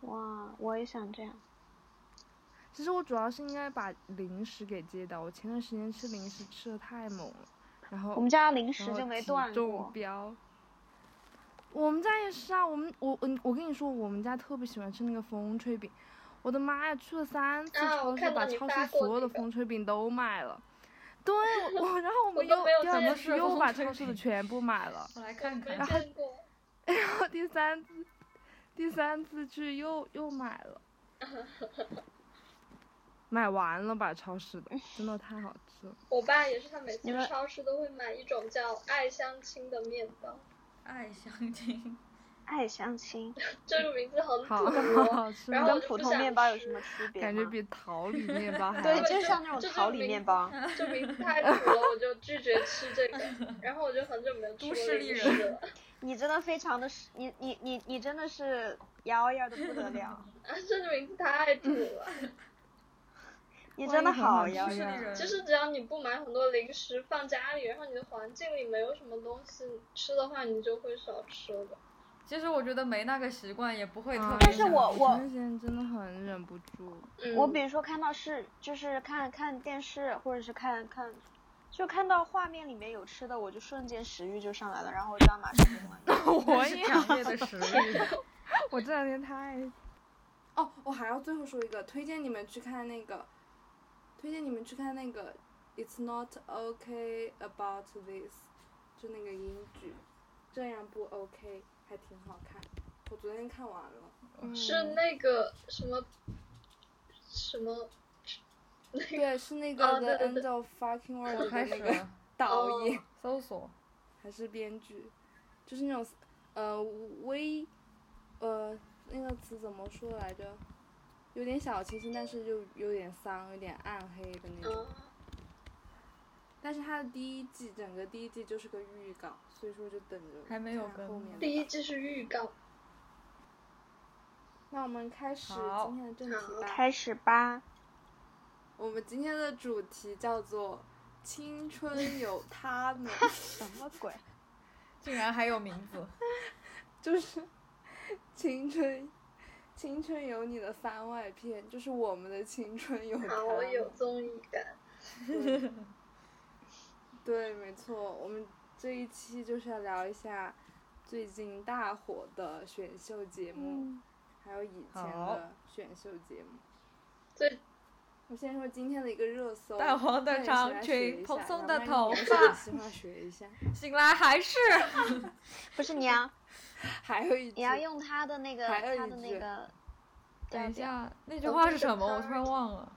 Speaker 1: 哇，我也想这样。
Speaker 2: 哦其实我主要是应该把零食给戒掉，我前段时间吃零食吃的太猛了，然后
Speaker 1: 我们家零
Speaker 2: 然
Speaker 1: 食
Speaker 2: 后
Speaker 1: 就没
Speaker 2: 体
Speaker 1: 断
Speaker 2: 重
Speaker 1: 过。
Speaker 2: 哦标。我们家也是啊，我们我我我跟你说，我们家特别喜欢吃那个风吹饼，我的妈呀，去了三次
Speaker 3: 啊
Speaker 2: 超
Speaker 3: 我
Speaker 2: 市，
Speaker 3: 看到
Speaker 2: 把
Speaker 3: 你
Speaker 2: 超
Speaker 3: 发
Speaker 2: 市
Speaker 3: 过
Speaker 2: 所有
Speaker 3: 那
Speaker 2: 的
Speaker 3: 个
Speaker 2: 风吹饼都买了。对，我我然后我
Speaker 3: 我
Speaker 2: 们
Speaker 3: 都
Speaker 2: 又
Speaker 3: 没有
Speaker 2: 第二
Speaker 3: 见
Speaker 2: 次
Speaker 4: 过
Speaker 2: 又把
Speaker 4: 风吹
Speaker 2: 超市的
Speaker 4: 饼
Speaker 2: 全部买了，
Speaker 4: 我来
Speaker 3: [LAUGHS]
Speaker 4: 看
Speaker 3: 没
Speaker 4: 看。
Speaker 3: 见过，
Speaker 2: 然后第三次第三次去又又买
Speaker 3: [LAUGHS]
Speaker 2: 了，买完了吧超市
Speaker 3: [LAUGHS]
Speaker 2: 的，真的太好吃了。
Speaker 3: 我爸也是，他每次
Speaker 1: 你们
Speaker 3: 超市都会买一种叫爱香亲的面包，
Speaker 4: 爱相亲， [LAUGHS]
Speaker 1: 爱相亲
Speaker 3: 这个名字很
Speaker 2: 好好
Speaker 3: 土哦。
Speaker 2: 好吃
Speaker 3: 然
Speaker 2: 吗，
Speaker 3: 后我
Speaker 1: 跟
Speaker 3: 就
Speaker 1: 普
Speaker 3: 不
Speaker 1: 通
Speaker 3: 想
Speaker 1: 面包有什
Speaker 3: 吃
Speaker 1: 么区别
Speaker 2: 感觉
Speaker 1: 吗
Speaker 2: 比桃李面包还
Speaker 1: 对，
Speaker 2: 好
Speaker 1: 就
Speaker 3: 就
Speaker 1: 像那
Speaker 3: 就
Speaker 1: 种
Speaker 3: 是
Speaker 1: 桃李
Speaker 3: 明
Speaker 1: 面
Speaker 3: [LAUGHS]
Speaker 1: 包。
Speaker 3: 这名字太土了，我就拒绝吃这个。然后我就很久没有吃
Speaker 4: 都
Speaker 3: 过
Speaker 4: 市丽
Speaker 3: 零
Speaker 4: 人
Speaker 3: 食了。啊
Speaker 1: 你真的非常的是，你你你你真的
Speaker 3: [LAUGHS]
Speaker 1: 是摇摇的不得了，
Speaker 3: 啊，这个名字太土了。
Speaker 1: 你真的好遥
Speaker 4: 遥远
Speaker 1: 远。
Speaker 4: 人，
Speaker 3: 就是只要你不买很多零食放家里，然后你的环境里没有什么东西吃的话，你就会少吃了吧。
Speaker 4: 其实我觉得没那个习惯也不会特
Speaker 2: 啊
Speaker 4: 别想吃。
Speaker 1: 但是我我
Speaker 2: 前段时间真的很忍不住，
Speaker 3: 嗯，
Speaker 1: 我比如说看到是就是看看电视，或者是看看，就看到画面里面有吃的，我就瞬间食欲就上来了，然后我就要马上去买。
Speaker 2: 我
Speaker 4: 那是强烈的食欲。
Speaker 2: 我这两天太…… [LAUGHS] 哦，我还要最后说一个，推荐你们去看那个，推荐你们去看那个《It's Not OK About This》，就那个英剧，这样不 OK，还挺好看。我昨天看完了，
Speaker 3: 是那个什么什么
Speaker 2: 对，是那
Speaker 3: 哦
Speaker 2: 个 The
Speaker 3: 对对
Speaker 2: End of Fucking
Speaker 4: 我
Speaker 2: World
Speaker 4: 开
Speaker 2: 的
Speaker 4: 始
Speaker 2: 那个
Speaker 4: 了
Speaker 2: 导演。
Speaker 4: 搜索，
Speaker 2: 还是编剧，就是那种呃微呃那个词怎么说来着？有点小清新，但是就有点丧，有点暗黑的那种。
Speaker 3: 啊，
Speaker 2: 但是它的第一季，整个第一季就是个预告，所以说就等着
Speaker 4: 还没有
Speaker 2: 看
Speaker 4: 更
Speaker 2: 后面的
Speaker 3: 第一
Speaker 2: 吧。
Speaker 3: 季是预告，
Speaker 2: 那我们开始
Speaker 4: 好
Speaker 2: 今天的正题吧。
Speaker 1: 开始吧，
Speaker 2: 我们今天的主题叫做“青春有他们”，
Speaker 1: 什么鬼？
Speaker 4: 竟然还有名字，
Speaker 2: [LAUGHS] 就是青春，青春有你的番外篇，就是我们的青春有他
Speaker 3: 好，啊我
Speaker 2: 们
Speaker 3: 有综艺感。
Speaker 2: 对 [LAUGHS] 对，没错，我们这一期就是要聊一下最近大火的选秀节目，
Speaker 3: 嗯
Speaker 2: 还有以前
Speaker 4: 嗯好
Speaker 2: 的选秀节目。
Speaker 3: 最
Speaker 2: 我先说今天的一个热搜，
Speaker 4: 淡黄的
Speaker 2: 那也是
Speaker 4: 长
Speaker 2: 来
Speaker 4: 裙
Speaker 2: 学一
Speaker 4: 蓬
Speaker 2: 下
Speaker 4: 松
Speaker 2: 要
Speaker 4: 的
Speaker 2: 不然
Speaker 4: 头
Speaker 2: 你也
Speaker 4: 发
Speaker 2: 有喜欢学一下。[LAUGHS]
Speaker 4: [LAUGHS] 醒来还是
Speaker 1: 不是你要
Speaker 2: 还有一句
Speaker 1: 你要用他的那个
Speaker 2: 还有
Speaker 1: 他
Speaker 2: 一
Speaker 1: 的
Speaker 2: 句
Speaker 1: 那个
Speaker 4: 等
Speaker 1: 调
Speaker 4: 一
Speaker 1: 调。
Speaker 4: 下，那句话是什么？我突然忘了。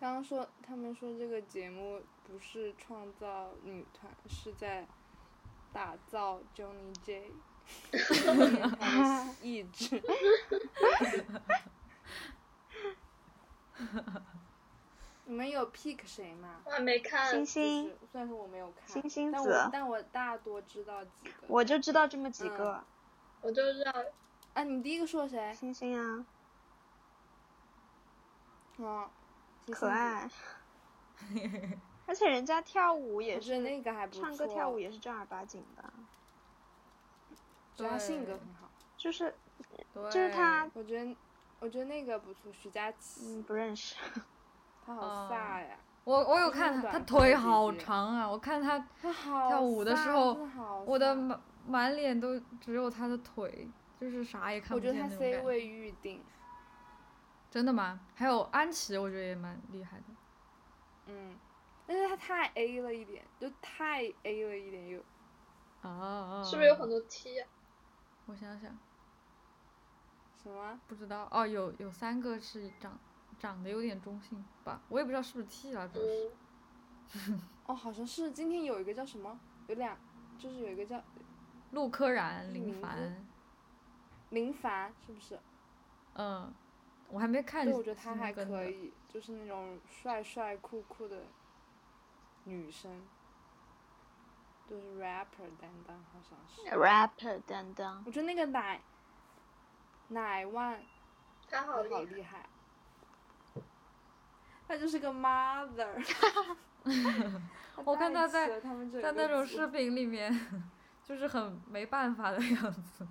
Speaker 2: 刚刚说他们说这个节目不是创造女团，是在打造 Johnny
Speaker 1: [LAUGHS]
Speaker 2: J，锻炼他的意志。你们有 pick 谁吗？
Speaker 3: 我还没看
Speaker 1: 星，
Speaker 2: 就
Speaker 1: 星
Speaker 2: 是，虽然说我没有看，
Speaker 1: 星星
Speaker 2: 但
Speaker 1: 子
Speaker 2: 我但我大多知道几个。
Speaker 1: 我就知道这么几
Speaker 3: 嗯
Speaker 1: 个
Speaker 3: 我就知道
Speaker 2: 啊，你第一个说谁？
Speaker 1: 星星啊，
Speaker 2: 哦，星
Speaker 1: 可
Speaker 2: 星
Speaker 1: [LAUGHS]
Speaker 2: 子。
Speaker 1: 爱。而且人家跳舞也
Speaker 2: 我觉得
Speaker 1: 是，
Speaker 2: 那个还不错。
Speaker 1: 唱歌跳舞，也是正儿八经的，
Speaker 2: 主要性格
Speaker 4: 对
Speaker 2: 很好。
Speaker 1: 就是就
Speaker 4: 对，
Speaker 1: 是他，
Speaker 2: 我觉得，我觉得那个不错，徐佳
Speaker 1: 嗯，
Speaker 2: 琪，
Speaker 1: 不认识。
Speaker 2: 她
Speaker 4: 哦
Speaker 2: 好飒呀，
Speaker 4: 我我有
Speaker 2: 就是
Speaker 4: 看
Speaker 2: 那
Speaker 4: 他，
Speaker 2: 种
Speaker 4: 他
Speaker 2: 短头
Speaker 4: 腿
Speaker 2: 的
Speaker 4: 好
Speaker 2: 姐姐
Speaker 4: 长啊！我看他，
Speaker 2: 她好
Speaker 4: 跳舞的
Speaker 2: 飒
Speaker 4: 时候
Speaker 2: 真的好
Speaker 4: 我的
Speaker 2: 飒
Speaker 4: 满满脸都只有他的腿，就是啥也看
Speaker 2: 我
Speaker 4: 不
Speaker 2: 觉
Speaker 4: 见
Speaker 2: 得她
Speaker 4: 那种
Speaker 2: C
Speaker 4: 感觉。
Speaker 2: 位预定，
Speaker 4: 真的吗？还有安琪，我觉得也蛮厉害的。
Speaker 2: 嗯，但是她太 A 了一点，就太 A 了一点又，
Speaker 4: 啊
Speaker 2: 哦
Speaker 4: 啊！
Speaker 3: 是不是有很？多 T 啊？
Speaker 4: 我想想，
Speaker 2: 什么？
Speaker 4: 不知道哦，有有三个是长长得有点中性吧，我也不知道是不是 T 啊，主要是
Speaker 3: 嗯，
Speaker 2: 哦，好像是今天有一个叫什么，有两，就是有一个叫
Speaker 4: 陆柯燃、林
Speaker 2: 名字
Speaker 4: 凡，
Speaker 2: 林凡，是不是？
Speaker 4: 嗯，我还没看。
Speaker 2: 对，我觉得她还
Speaker 4: 跟
Speaker 2: 可
Speaker 4: 的。
Speaker 2: 以，就是那种帅帅酷酷的女生，就是 rapper 担当，好像是。
Speaker 1: [LAUGHS] rapper 担当，
Speaker 2: 我觉得那个奶奶万
Speaker 3: 他好
Speaker 2: 好
Speaker 3: 厉害。
Speaker 2: 厉害，她就是个 [LAUGHS] mother。
Speaker 4: 我看她
Speaker 2: 带
Speaker 4: 在
Speaker 2: 起了啊他们整
Speaker 4: 在
Speaker 2: 个
Speaker 4: 那种
Speaker 2: 组
Speaker 4: 视，频里面，就是很没办法的样子。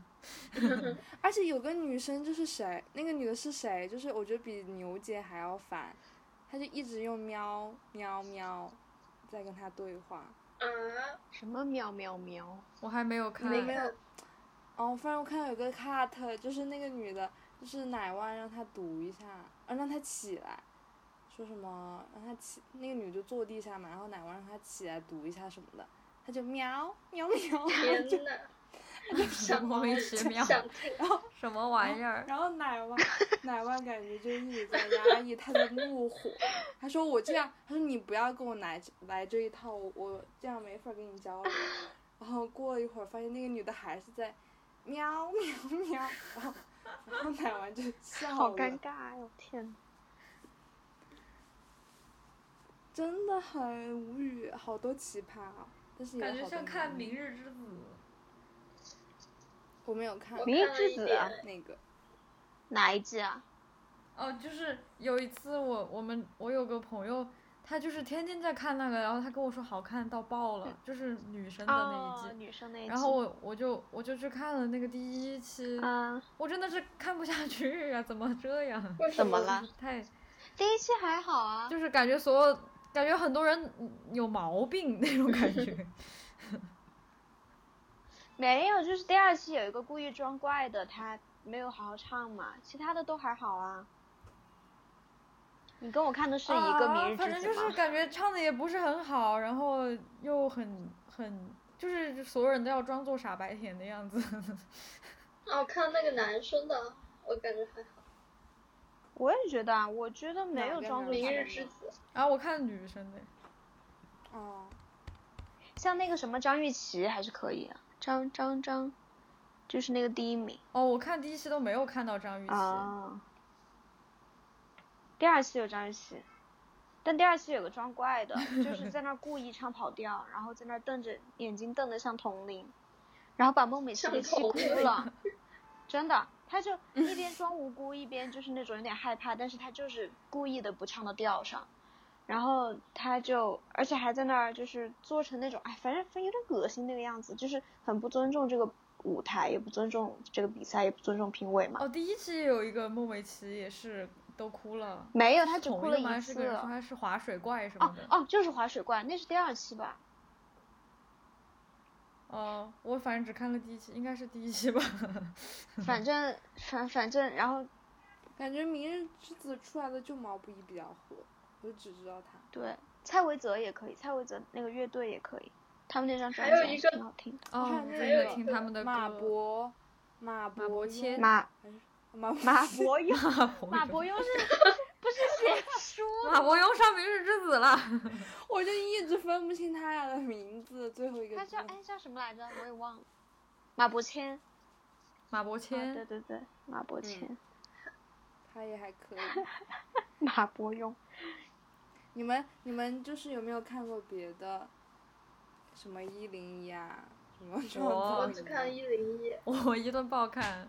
Speaker 2: 而且有个女生就是谁，那个女的是谁？就是我觉得比牛姐还要烦，她就一直用喵喵喵在跟她对话。
Speaker 3: 啊，
Speaker 1: 什么喵喵喵，
Speaker 4: 我还没有看，
Speaker 2: 没没有，哦，反正我看到有个 cut，就是那个女的，就是奶万让她读一下，啊，让她起来，说什么让她起，那个女就坐地下嘛，然后奶万让她起来读一下什么的，她就喵喵喵， [LAUGHS]
Speaker 3: 天呐，
Speaker 4: 什 [LAUGHS] 么莫名其妙，
Speaker 3: 想听
Speaker 4: 什么玩意儿？
Speaker 2: 然后奶万奶万感觉就一直在压抑她的怒火，她说我这样，她说你不要跟我来这来这一套，我我这样没法跟你交流。
Speaker 1: [LAUGHS]
Speaker 2: 然后过了一会儿，发现那个女的还是在喵喵喵，然后然后奶完就笑了，
Speaker 1: 好尴尬哟、天！
Speaker 2: 真的很无语，好多奇葩啊！但是也有
Speaker 4: 感觉
Speaker 2: 好多
Speaker 4: 像看《
Speaker 2: 男的
Speaker 4: 明日之子》。
Speaker 2: 我没有看
Speaker 3: 我
Speaker 1: 明日
Speaker 2: 嗯
Speaker 3: 看了
Speaker 1: 之
Speaker 3: 一
Speaker 1: 子
Speaker 3: 点
Speaker 1: 啊
Speaker 2: 那个，
Speaker 1: 哪一季啊？
Speaker 4: 哦，就是有一次我我们我有个朋友，他就是天天在看那个，然后他跟我说好看到爆
Speaker 2: 嗯
Speaker 4: 了，就是女生的那一季。
Speaker 1: 哦，女生那一季。
Speaker 4: 然后我我就我就去看了那个第一期，
Speaker 1: 啊，
Speaker 4: 我真的是看不下去呀、怎么这样？
Speaker 3: 为什
Speaker 1: 怎么了？
Speaker 4: 太
Speaker 1: 第一期还好啊，
Speaker 4: 就是感觉所有感觉很多人有毛病那种感觉。
Speaker 1: 没有，就是第二期有一个故意装怪的，他没有好好唱嘛，其他的都还好啊。你跟我看 [LAUGHS] 的是一个《明
Speaker 4: 啊
Speaker 1: 日
Speaker 4: 反
Speaker 1: 之
Speaker 4: 正
Speaker 1: 子
Speaker 4: 就》
Speaker 1: 吗？
Speaker 4: 是感觉唱的也不是很好，然后又很很就是所有人都要装作傻白甜的样子。 [LAUGHS]
Speaker 3: 哦，我看那个男生的，我感觉还好，
Speaker 1: 我也觉得啊，我觉得没有装
Speaker 2: 哪
Speaker 1: 作
Speaker 2: 个
Speaker 3: 《
Speaker 1: 傻
Speaker 3: 明
Speaker 1: 白
Speaker 3: 日之
Speaker 1: 甜，
Speaker 3: 子》
Speaker 4: 然后我看女生的，
Speaker 2: 哦，
Speaker 1: 像那个什么张玉琪还是可以啊，张张张，就是那个第一名
Speaker 4: 哦，我看第一期都没有看到张雨绮。
Speaker 1: 啊。第二期有张玉琪，但第二期有个装怪的，就是在那儿故意唱跑调，然后在那儿瞪着眼睛瞪得像铜铃，然后把孟美岐给气
Speaker 3: 像铜
Speaker 1: 哭
Speaker 3: 铃
Speaker 1: 了，
Speaker 3: [LAUGHS]
Speaker 1: 真的，他就一边装无辜，一边就是那种有点害怕，但是他就是故意的不唱到调上，然后他就而且还在那儿就是做成那种哎，反正反正有点恶心那个样子，就是很不尊重这个舞台，也不尊重这个比赛，也不尊重评委嘛。
Speaker 4: 哦，第一期有一个孟美岐也是都哭了，
Speaker 1: 没有，他只
Speaker 4: 同
Speaker 1: 哭
Speaker 4: 一
Speaker 1: 了
Speaker 4: 个吗
Speaker 1: 一
Speaker 4: 还是个
Speaker 1: 次
Speaker 4: 人。说他是滑水怪什么
Speaker 1: 哦
Speaker 4: 的。
Speaker 1: 哦，就是滑水怪，那是第二期吧？
Speaker 4: 哦，我反正只看了第一期，应该是第一期吧。
Speaker 1: 反正反反正，然后
Speaker 2: 感觉《明日之子》出来的就毛不易比较火，我就只知道他。
Speaker 1: 对蔡维泽也可以，蔡维泽那个乐队也可以，他们那张专
Speaker 3: 还有
Speaker 1: 辑
Speaker 3: 一
Speaker 1: 是
Speaker 3: 个
Speaker 1: 挺好听的。
Speaker 4: 哦，
Speaker 2: 看
Speaker 4: 我
Speaker 2: 那
Speaker 4: 真的
Speaker 3: 个
Speaker 4: 听他们的歌。
Speaker 2: 马
Speaker 4: [LAUGHS]
Speaker 2: 博，马
Speaker 4: 马博
Speaker 2: 博
Speaker 4: 谦
Speaker 2: 谦，
Speaker 3: [LAUGHS]
Speaker 1: 马
Speaker 2: 马
Speaker 1: 马伯庸，
Speaker 4: 马伯
Speaker 1: 马
Speaker 4: 庸
Speaker 1: 伯庸是不是写书？
Speaker 4: 马伯庸上《明日之子》了。
Speaker 2: 我就一直分不清他俩的名字，最后一个
Speaker 1: 他叫
Speaker 2: 字
Speaker 1: 哎叫什么来着？我也忘了。马伯骞，啊
Speaker 4: 马伯
Speaker 2: 哦
Speaker 4: 骞、
Speaker 1: 对对对，马伯骞，哎
Speaker 2: 他也还可以。
Speaker 1: 马伯庸。
Speaker 2: 你们你们就是有没有看过别的，什么一零一啊，什么创
Speaker 4: 哦
Speaker 2: 造
Speaker 3: 我
Speaker 2: 营啊？
Speaker 3: 只看一零一，
Speaker 4: 我一顿爆看。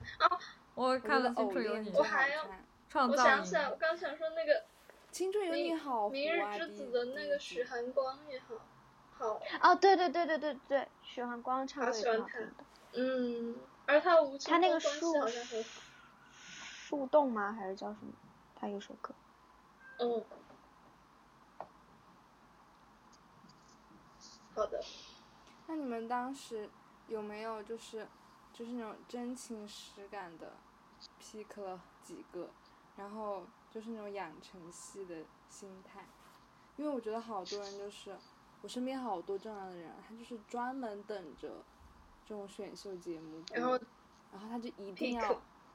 Speaker 4: 我
Speaker 2: 哦我觉
Speaker 4: 看
Speaker 2: 得
Speaker 4: 了《青
Speaker 2: 偶
Speaker 4: 春有
Speaker 2: 恋
Speaker 4: 你
Speaker 2: 真》
Speaker 3: 我
Speaker 2: 好
Speaker 3: 还要
Speaker 2: 看
Speaker 4: 创
Speaker 3: 我
Speaker 4: 造
Speaker 3: 想起来，我
Speaker 2: 啊
Speaker 4: 营，
Speaker 3: 刚想说那个
Speaker 2: 青春有你
Speaker 3: 明
Speaker 2: 好、啊，
Speaker 3: 《明日之
Speaker 2: 第
Speaker 3: 子
Speaker 2: 一》
Speaker 3: 的那个
Speaker 2: 第一
Speaker 3: 许
Speaker 2: 季
Speaker 3: 寒光也好，好，
Speaker 1: 哦，对对对对对对，许寒光唱
Speaker 3: 好
Speaker 1: 歌也
Speaker 3: 喜
Speaker 1: 挺
Speaker 3: 欢
Speaker 1: 好
Speaker 3: 他
Speaker 1: 听的。
Speaker 3: 嗯，而他无
Speaker 1: 他
Speaker 3: 情
Speaker 1: 那
Speaker 3: 的
Speaker 1: 个
Speaker 3: 关系
Speaker 1: 树
Speaker 3: 好像很好，
Speaker 1: 树洞吗？还是叫什么？他有首歌。
Speaker 3: 嗯，好的，
Speaker 2: 那你们当时有没有就是就是那种真情实感的 pick 了几个，然后就是那种养成系的心态？因为我觉得好多人就是我身边好多这样的人，啊他就是专门等着这种选秀节目播，
Speaker 3: 然后
Speaker 2: 然后他就一
Speaker 3: pick
Speaker 2: 定要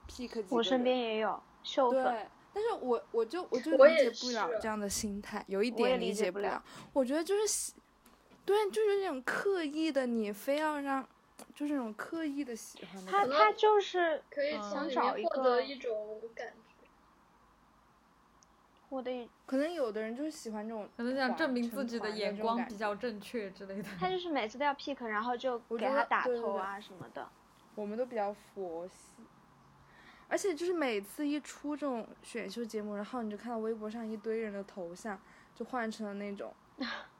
Speaker 2: pick 几个人。
Speaker 1: 我身边也有秀粉，
Speaker 2: 对，但是我我就我就
Speaker 3: 我
Speaker 2: 理
Speaker 3: 也
Speaker 2: 解不了
Speaker 3: 是
Speaker 2: 这样的心态，有一
Speaker 1: 我
Speaker 2: 点
Speaker 1: 也理解
Speaker 2: 解
Speaker 1: 不
Speaker 2: 不
Speaker 1: 了。
Speaker 2: 我觉得就是喜，对，就是那种刻意的，你非要让，就是那种刻意的喜欢的
Speaker 1: 他
Speaker 2: 感觉。
Speaker 1: 他就是
Speaker 3: 可以
Speaker 4: 嗯
Speaker 3: 从里
Speaker 1: 想找
Speaker 3: 面
Speaker 1: 一
Speaker 3: 获得
Speaker 1: 个
Speaker 3: 一种感觉。
Speaker 1: 我的，
Speaker 2: 可能有的人就是喜欢这种，
Speaker 4: 可能想证明自己
Speaker 2: 的
Speaker 4: 的
Speaker 2: 这
Speaker 4: 眼
Speaker 2: 种
Speaker 4: 光
Speaker 2: 感
Speaker 4: 比
Speaker 2: 觉
Speaker 4: 较正确之类的。
Speaker 1: 他就是每次都要 pick，然后就
Speaker 2: 我
Speaker 1: 给
Speaker 2: 觉
Speaker 1: 他
Speaker 2: 得
Speaker 1: 打
Speaker 2: 对对
Speaker 1: 头
Speaker 2: 对
Speaker 1: 啊什么 [LAUGHS]
Speaker 2: [LAUGHS]
Speaker 1: 的。
Speaker 2: 我们都比较佛系，而且就是每次一出这种选秀节目，然后你就看到微博上一堆人的头像就换成了那
Speaker 1: [LAUGHS]
Speaker 2: 种。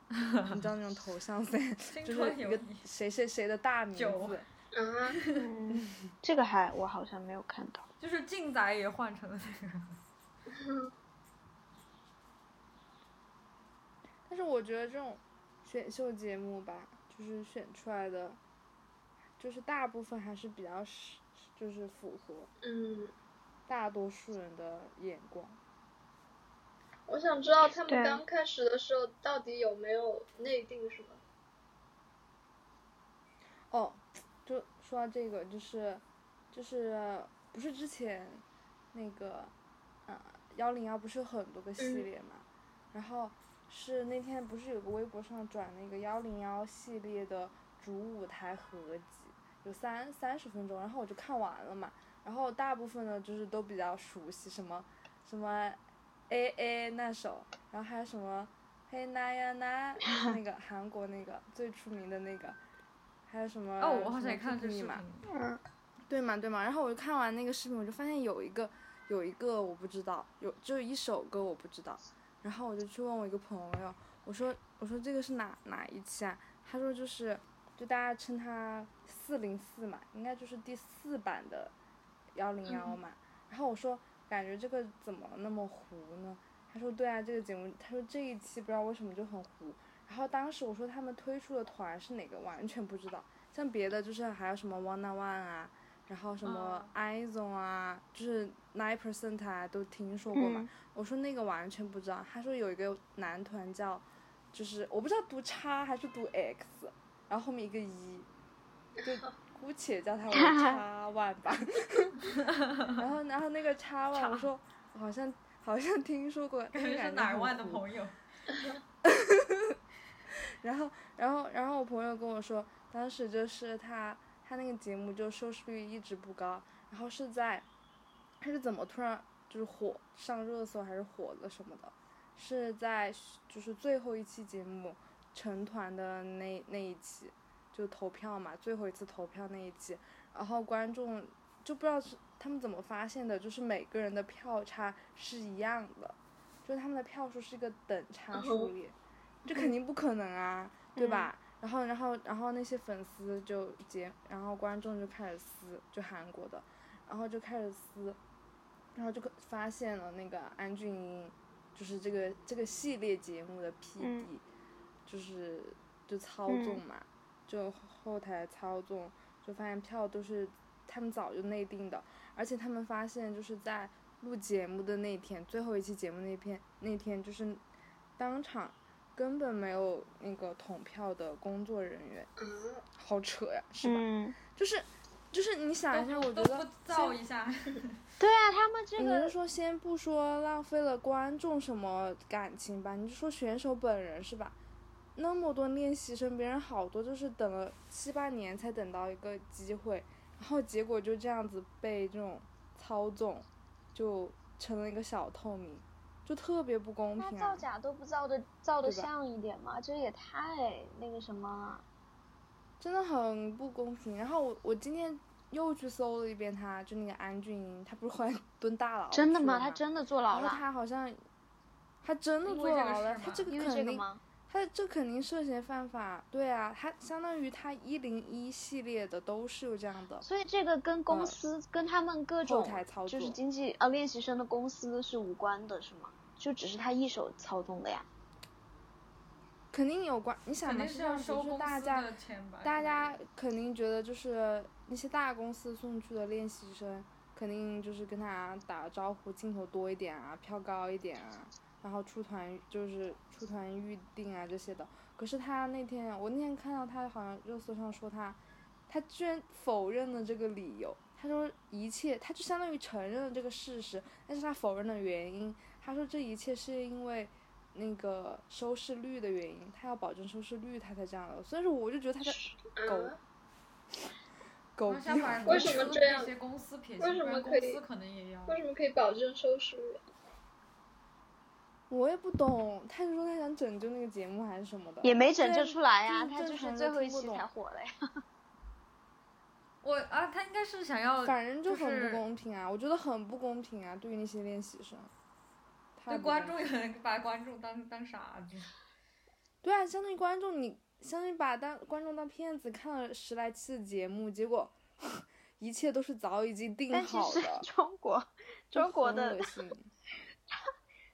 Speaker 2: 你知道那种头
Speaker 4: [LAUGHS]
Speaker 2: 像 [LAUGHS] 噻，
Speaker 4: 青
Speaker 2: 就是
Speaker 4: 春
Speaker 2: 一
Speaker 4: 有
Speaker 2: 个
Speaker 4: 你，
Speaker 2: 谁谁谁的大名
Speaker 4: 九
Speaker 2: 字，
Speaker 3: 啊，
Speaker 1: 嗯，这个还我好像没有看到。
Speaker 4: 就是静仔也换成了那个。
Speaker 2: 但是我觉得这种选秀节目吧，就是选出来的，就是大部分还是比较是，就是符合
Speaker 3: 嗯，
Speaker 2: 大多数人的眼光。
Speaker 3: 我想知道他
Speaker 1: 对
Speaker 3: 们刚开始的时候到底有没有内定什么？
Speaker 2: 哦，就说到这个，就是，就是不是之前那个，呃，幺零幺不是有很多个系
Speaker 3: 嗯
Speaker 2: 列嘛，然后是那天不是有个微博上转那个幺零幺系列的主舞台合集，有三三十分钟，然后我就看完了嘛，然后大部分呢就是都比较熟悉，什么什么 A A 那首，然后还有什么嘿那呀那， [LAUGHS] 就是那个韩国那个最出名的那个，还有什么
Speaker 4: 哦，我好像
Speaker 2: 呃什
Speaker 4: 也
Speaker 2: 么
Speaker 4: 看了
Speaker 2: Pick
Speaker 4: 这
Speaker 2: Me
Speaker 4: 视频
Speaker 2: 嘛，对嘛对嘛，然后我就看完那个视频，我就发现有一个有一个我不知道，有就一首歌我不知道，然后我就去问我一个朋友，我说我说这个是哪哪一期啊？他说就是就大家称它四零四嘛，应该就是第四版的幺零幺嘛。然后我说感觉这个怎么那么糊呢？他说对啊，这个节目，他说这一期不知道为什么就很糊。然后当时我说他们推出的团是哪个，完全不知道。像别的就是还有什么 One on One 啊，然后什么 i z o n 啊，就是 Nine Percent 啊，都听说过嘛。
Speaker 1: 嗯
Speaker 2: 我说那个完全不知道。他说有一个男团叫，就是我不知道读叉还是读 X，然后后面一个一，就姑且叫他为叉万吧。 [LAUGHS] 然后然后那个
Speaker 4: [LAUGHS]
Speaker 2: 叉万，我说我好像好像听说过，
Speaker 4: 感觉是哪儿万的朋友，
Speaker 2: 然后，然后，然后我朋友跟我说，当时就是他他那个节目就收视率一直不高，然后是在他是怎么突然就是火上热搜还是火了什么的，是在就是最后一期节目成团的那那一期，就投票嘛，最后一次投票那一期，然后观众就不知道是他们怎么发现的，就是每个人的票差是一样的，就是他们的票数是一个等差数
Speaker 3: 哦
Speaker 2: 列。这肯定不可能啊，对吧？然后，然后，然后那些粉丝就结，然后观众就开始撕，就韩国的，然后就开始撕，然后就可发现了那个安俊英，就是这个这个系列节目的 PD，、
Speaker 1: 嗯
Speaker 2: 就是就操纵嘛，就后台操纵，就发现票都是他们早就内定的，而且他们发现就是在录节目的那天，最后一期节目那天那天就是当场根本没有那个统票的工作人员，
Speaker 4: 嗯
Speaker 3: 啊，
Speaker 2: 好扯呀，是吧？
Speaker 1: 嗯，
Speaker 2: 就是就是你想一下，
Speaker 4: 都
Speaker 2: 我
Speaker 4: 不
Speaker 2: 觉
Speaker 4: 都
Speaker 2: 得
Speaker 4: 不造一下，
Speaker 1: 对啊，他们这
Speaker 2: 你就
Speaker 1: 个
Speaker 2: 说先不说浪费了观众什么感情吧，你就说选手本人是吧？那么多练习生，别人好多就是等了七八年才等到一个机会，然后结果就这样子被这种操纵，就成了一个小透明，就特别不公
Speaker 1: 那
Speaker 2: 平
Speaker 1: 造
Speaker 2: 啊！
Speaker 1: 假都不造的造的
Speaker 2: 对吧
Speaker 1: 像一点吗？这也太那个什么了。
Speaker 2: 真的很不公平。然后我我今天又去搜了一遍他，就那个安俊英，他不是后来 [LAUGHS] 蹲大牢
Speaker 1: 真的
Speaker 2: 去了
Speaker 1: 吗？他真的坐牢
Speaker 2: 然后
Speaker 1: 了？
Speaker 2: 他好像，他真的
Speaker 4: 因
Speaker 2: 坐
Speaker 4: 为这个
Speaker 2: 牢了，
Speaker 4: 事
Speaker 2: 他
Speaker 4: 吗
Speaker 2: 这个
Speaker 1: 因为
Speaker 2: 肯
Speaker 1: 这个
Speaker 2: 定，
Speaker 1: 吗？
Speaker 2: 他这肯定涉嫌犯法，对啊，他相当于他一零一系列的都是有这样的，
Speaker 1: 所以这个跟公
Speaker 2: 呃
Speaker 1: 司、跟他们各
Speaker 2: 后
Speaker 1: 种
Speaker 2: 台操
Speaker 1: 就是
Speaker 2: 作
Speaker 1: 经济呃练习生的公司是无关的，是吗？就只是他一手操纵的呀。
Speaker 2: 肯定有关。你想
Speaker 4: 肯
Speaker 2: 嘛，
Speaker 4: 定
Speaker 2: 是这
Speaker 4: 要
Speaker 2: 样子，
Speaker 4: 收
Speaker 2: 就是
Speaker 4: 公
Speaker 2: 大
Speaker 4: 司
Speaker 2: 家
Speaker 4: 的钱吧？
Speaker 2: 大家肯定觉得就是那些大公司送去的练习生，肯定就是跟他打招呼镜头多一点啊，票高一点啊，然后出团就是出团预定啊这些的。可是他那天，我那天看到他好像热搜上说他，他居然否认了这个理由。他说一切，他就相当于承认了这个事实，但是他否认了原因。他说这一切是因为那个收视率的原因，他要保证收视率，他才这样的。所以说，我就觉得他在狗
Speaker 3: 啊
Speaker 1: 哦
Speaker 2: 狗
Speaker 4: 我想把
Speaker 2: 逼，
Speaker 4: 公
Speaker 3: 为
Speaker 4: 司
Speaker 3: 什么
Speaker 4: 的
Speaker 3: 这
Speaker 4: 那
Speaker 3: 样
Speaker 4: 些公司撇清，
Speaker 3: 为什
Speaker 4: 不然
Speaker 3: 么
Speaker 4: 公
Speaker 3: 可以
Speaker 4: 司可能也要。
Speaker 3: 为什么可以保证收视率？
Speaker 2: [LAUGHS] 我也不懂。他就说他想拯救那个节目还是什么的，
Speaker 1: 也没拯
Speaker 2: 对
Speaker 1: 救出来呀、
Speaker 2: 就是
Speaker 1: 他就
Speaker 2: 正常
Speaker 1: 是
Speaker 2: 人
Speaker 1: 最后一
Speaker 2: 听不
Speaker 1: 期
Speaker 2: 懂
Speaker 1: 才火了呀。
Speaker 4: 我啊，他应该是想要
Speaker 2: 反正就很
Speaker 4: 是
Speaker 2: 不公平啊！我觉得很不公平啊，对于那些练习生，太
Speaker 4: 对
Speaker 2: 不
Speaker 4: 观
Speaker 2: 公
Speaker 4: 众有人把观众当当傻啊子，
Speaker 2: 对啊，相当于观众你相当于把当观众当骗子看了十来期的节目，结果 [LAUGHS] 一切都是早已经定
Speaker 1: 但其
Speaker 2: 好
Speaker 1: 实， [LAUGHS]
Speaker 2: 的
Speaker 1: 中国
Speaker 2: 就
Speaker 1: 中国
Speaker 2: 很
Speaker 1: 的
Speaker 2: 恶心。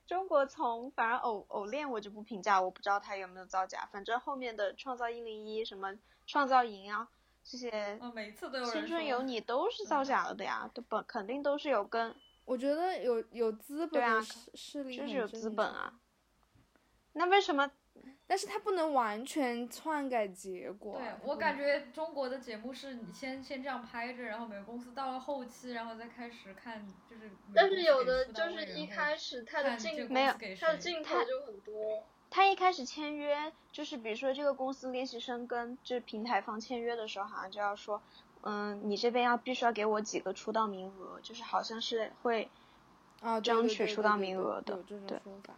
Speaker 1: 中国从反而偶偶练我就不评价，我不知道他有没有造假。反正后面的创造一零一什么创造营啊这些
Speaker 2: 嗯
Speaker 4: 啊，每次都有人
Speaker 1: 青春
Speaker 4: 说
Speaker 1: 有你都是造
Speaker 4: 嗯
Speaker 1: 假了的呀，都本肯定都是有跟
Speaker 2: 我觉得有有资
Speaker 1: 对
Speaker 2: 本
Speaker 1: 啊
Speaker 2: 的
Speaker 1: 可
Speaker 2: 势势力
Speaker 1: 就
Speaker 2: 很
Speaker 1: 是有
Speaker 2: 正
Speaker 1: 资本
Speaker 2: 常，
Speaker 1: 啊。那为什么
Speaker 2: 但是他不能完全篡改结果
Speaker 4: 对
Speaker 2: 啊。他
Speaker 4: 我
Speaker 2: 不
Speaker 4: 感
Speaker 2: 能
Speaker 4: 觉中国的节目是你先先这样拍着，然后每个公司到了后期，然后再开始看，就是每
Speaker 3: 但是
Speaker 4: 个公司
Speaker 3: 有
Speaker 4: 给
Speaker 3: 的
Speaker 4: 出
Speaker 3: 就
Speaker 4: 单
Speaker 3: 是
Speaker 4: 位
Speaker 3: 一
Speaker 4: 然后
Speaker 3: 开始他的
Speaker 4: 看这
Speaker 3: 镜
Speaker 4: 个
Speaker 3: 头
Speaker 4: 公
Speaker 1: 没有
Speaker 4: 司给
Speaker 3: 他的
Speaker 4: 谁
Speaker 3: 镜头就很多，
Speaker 1: 他一开始签约，就是比如说这个公司练习生跟这平台方签约的时候，好像就要说，嗯，你这边要必须要给我几个出道名额，就是好像是会，
Speaker 2: 啊，对
Speaker 1: 争
Speaker 2: 对
Speaker 1: 取
Speaker 2: 对
Speaker 1: 出
Speaker 2: 对
Speaker 1: 道
Speaker 2: 对
Speaker 1: 名
Speaker 2: 对
Speaker 1: 额的
Speaker 2: 有这种
Speaker 1: 对
Speaker 2: 说法。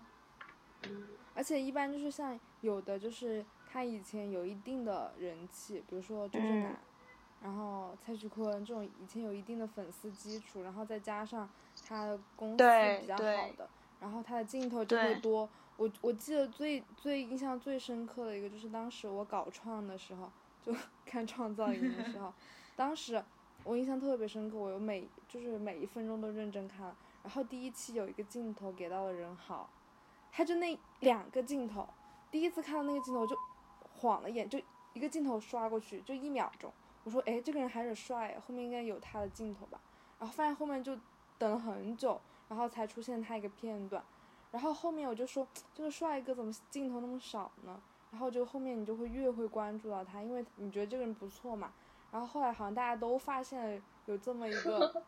Speaker 3: 嗯，
Speaker 2: 而且一般就是像有的就是他以前有一定的人气，比如说周震
Speaker 1: 嗯
Speaker 2: 南，然后蔡徐坤这种已经有一定的粉丝基础，然后再加上他的公司
Speaker 1: 对
Speaker 2: 比较
Speaker 1: 对
Speaker 2: 好的，然后他的镜头就会
Speaker 1: 对
Speaker 2: 多。我我记得最最印象最深刻的一个就是当时我搞创的时候，就 [LAUGHS] 看创造营的时候，当时我印象特别深刻，我有每就是每一分钟都认真看了。然后第一期有一个镜头给到了任豪，他就那两个镜头，第一次看到那个镜头我就晃了眼，就一个镜头刷过去，就一秒钟。我说，哎，这个人还是帅，后面应该有他的镜头吧。然后发现后面就等了很久，然后才出现他一个片段。然后后面我就说，这个帅哥怎么镜头那么少呢？然后就后面你就会越会关注到他，因为你觉得这个人不错嘛。然后后来好像大家都发现了有这么一个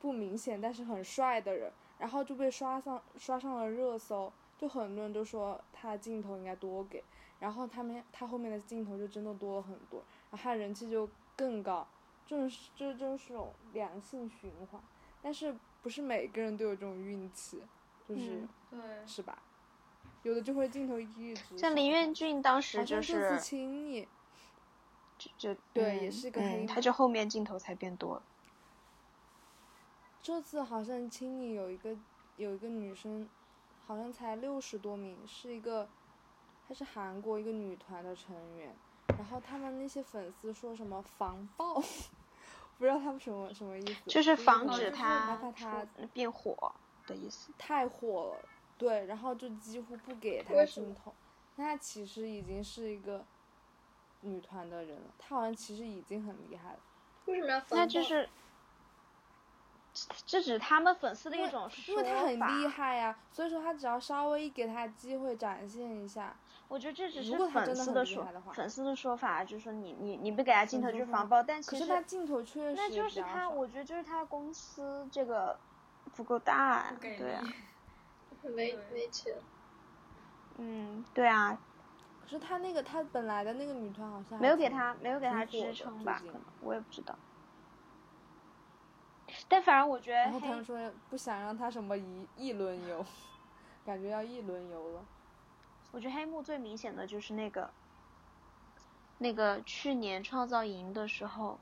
Speaker 2: 不明显但是很帅的人，然后就被刷上刷上了热搜，就很多人都说他的镜头应该多给，然后他们他后面的镜头就真的多了很多，然后他人气就更高，正是这就是种良性循环，但是不是每个人都有这种运气，就是、
Speaker 1: 嗯
Speaker 4: 对，
Speaker 2: 是吧？有的就会镜头一直
Speaker 1: 像林彦俊当时
Speaker 2: 好
Speaker 1: 就
Speaker 2: 像这
Speaker 1: 是
Speaker 2: 次亲你，
Speaker 1: 就就
Speaker 2: 对
Speaker 1: 嗯
Speaker 2: 也是个
Speaker 1: 嗯
Speaker 2: 黑
Speaker 1: 他
Speaker 2: 马
Speaker 1: 就后面镜头才变多了。
Speaker 2: 这次好像青你有一个有一个女生，好像才六十多名，是一个，她是韩国一个女团的成员，然后他们那些粉丝说什么防爆， [LAUGHS] 不知道他们什么什么意思，
Speaker 1: 就是防
Speaker 4: 哦就
Speaker 1: 止
Speaker 4: 是
Speaker 2: 哪
Speaker 1: 他
Speaker 2: 怕他嗯
Speaker 1: 变火的意思。
Speaker 2: 太火了，对，然后就几乎不给他
Speaker 3: 为什么
Speaker 2: 镜头。那其实已经是一个女团的人了，她好像其实已经很厉害了。
Speaker 3: 为什么要
Speaker 2: 嗯
Speaker 3: 防
Speaker 1: 那就
Speaker 3: 爆
Speaker 1: 是，这只是他们粉丝的
Speaker 2: 因
Speaker 1: 一
Speaker 2: 为
Speaker 1: 种说
Speaker 2: 因为她很
Speaker 1: 法
Speaker 2: 厉。害呀、所以说她只要稍微给她机会展现一下，
Speaker 1: 我觉得这只
Speaker 2: 如
Speaker 1: 是
Speaker 2: 果他
Speaker 1: 粉
Speaker 2: 真
Speaker 1: 丝
Speaker 2: 的很
Speaker 1: 的
Speaker 2: 厉
Speaker 1: 说
Speaker 2: 害的话
Speaker 1: 粉丝的说法，就是说你你你不给他镜头
Speaker 2: 嗯
Speaker 1: 就是
Speaker 2: 哼
Speaker 1: 防爆，但
Speaker 2: 可
Speaker 1: 其
Speaker 2: 是
Speaker 1: 实
Speaker 2: 她镜头确实
Speaker 1: 那就
Speaker 2: 比
Speaker 1: 是
Speaker 2: 较
Speaker 1: 他，
Speaker 2: 少
Speaker 1: 我觉得就是他公司这个不够大
Speaker 4: 不，给
Speaker 1: 对啊
Speaker 4: 力，，
Speaker 1: [LAUGHS]
Speaker 3: 没
Speaker 4: 对
Speaker 3: 没钱？
Speaker 1: 嗯，对啊，
Speaker 2: 可是她那个她本来的那个女团好像还
Speaker 1: 没有给
Speaker 2: 挺
Speaker 1: 他没有给他
Speaker 2: 挺火的
Speaker 1: 支撑
Speaker 2: 最
Speaker 1: 吧，可
Speaker 2: 近
Speaker 1: 能我也不知道。但反正我觉得
Speaker 2: 然后他
Speaker 1: 黑
Speaker 2: 们说不想让她什么一一轮游，感觉要一轮游了。
Speaker 1: 我觉得黑幕最明显的就是那个，那个去年创造营的时候，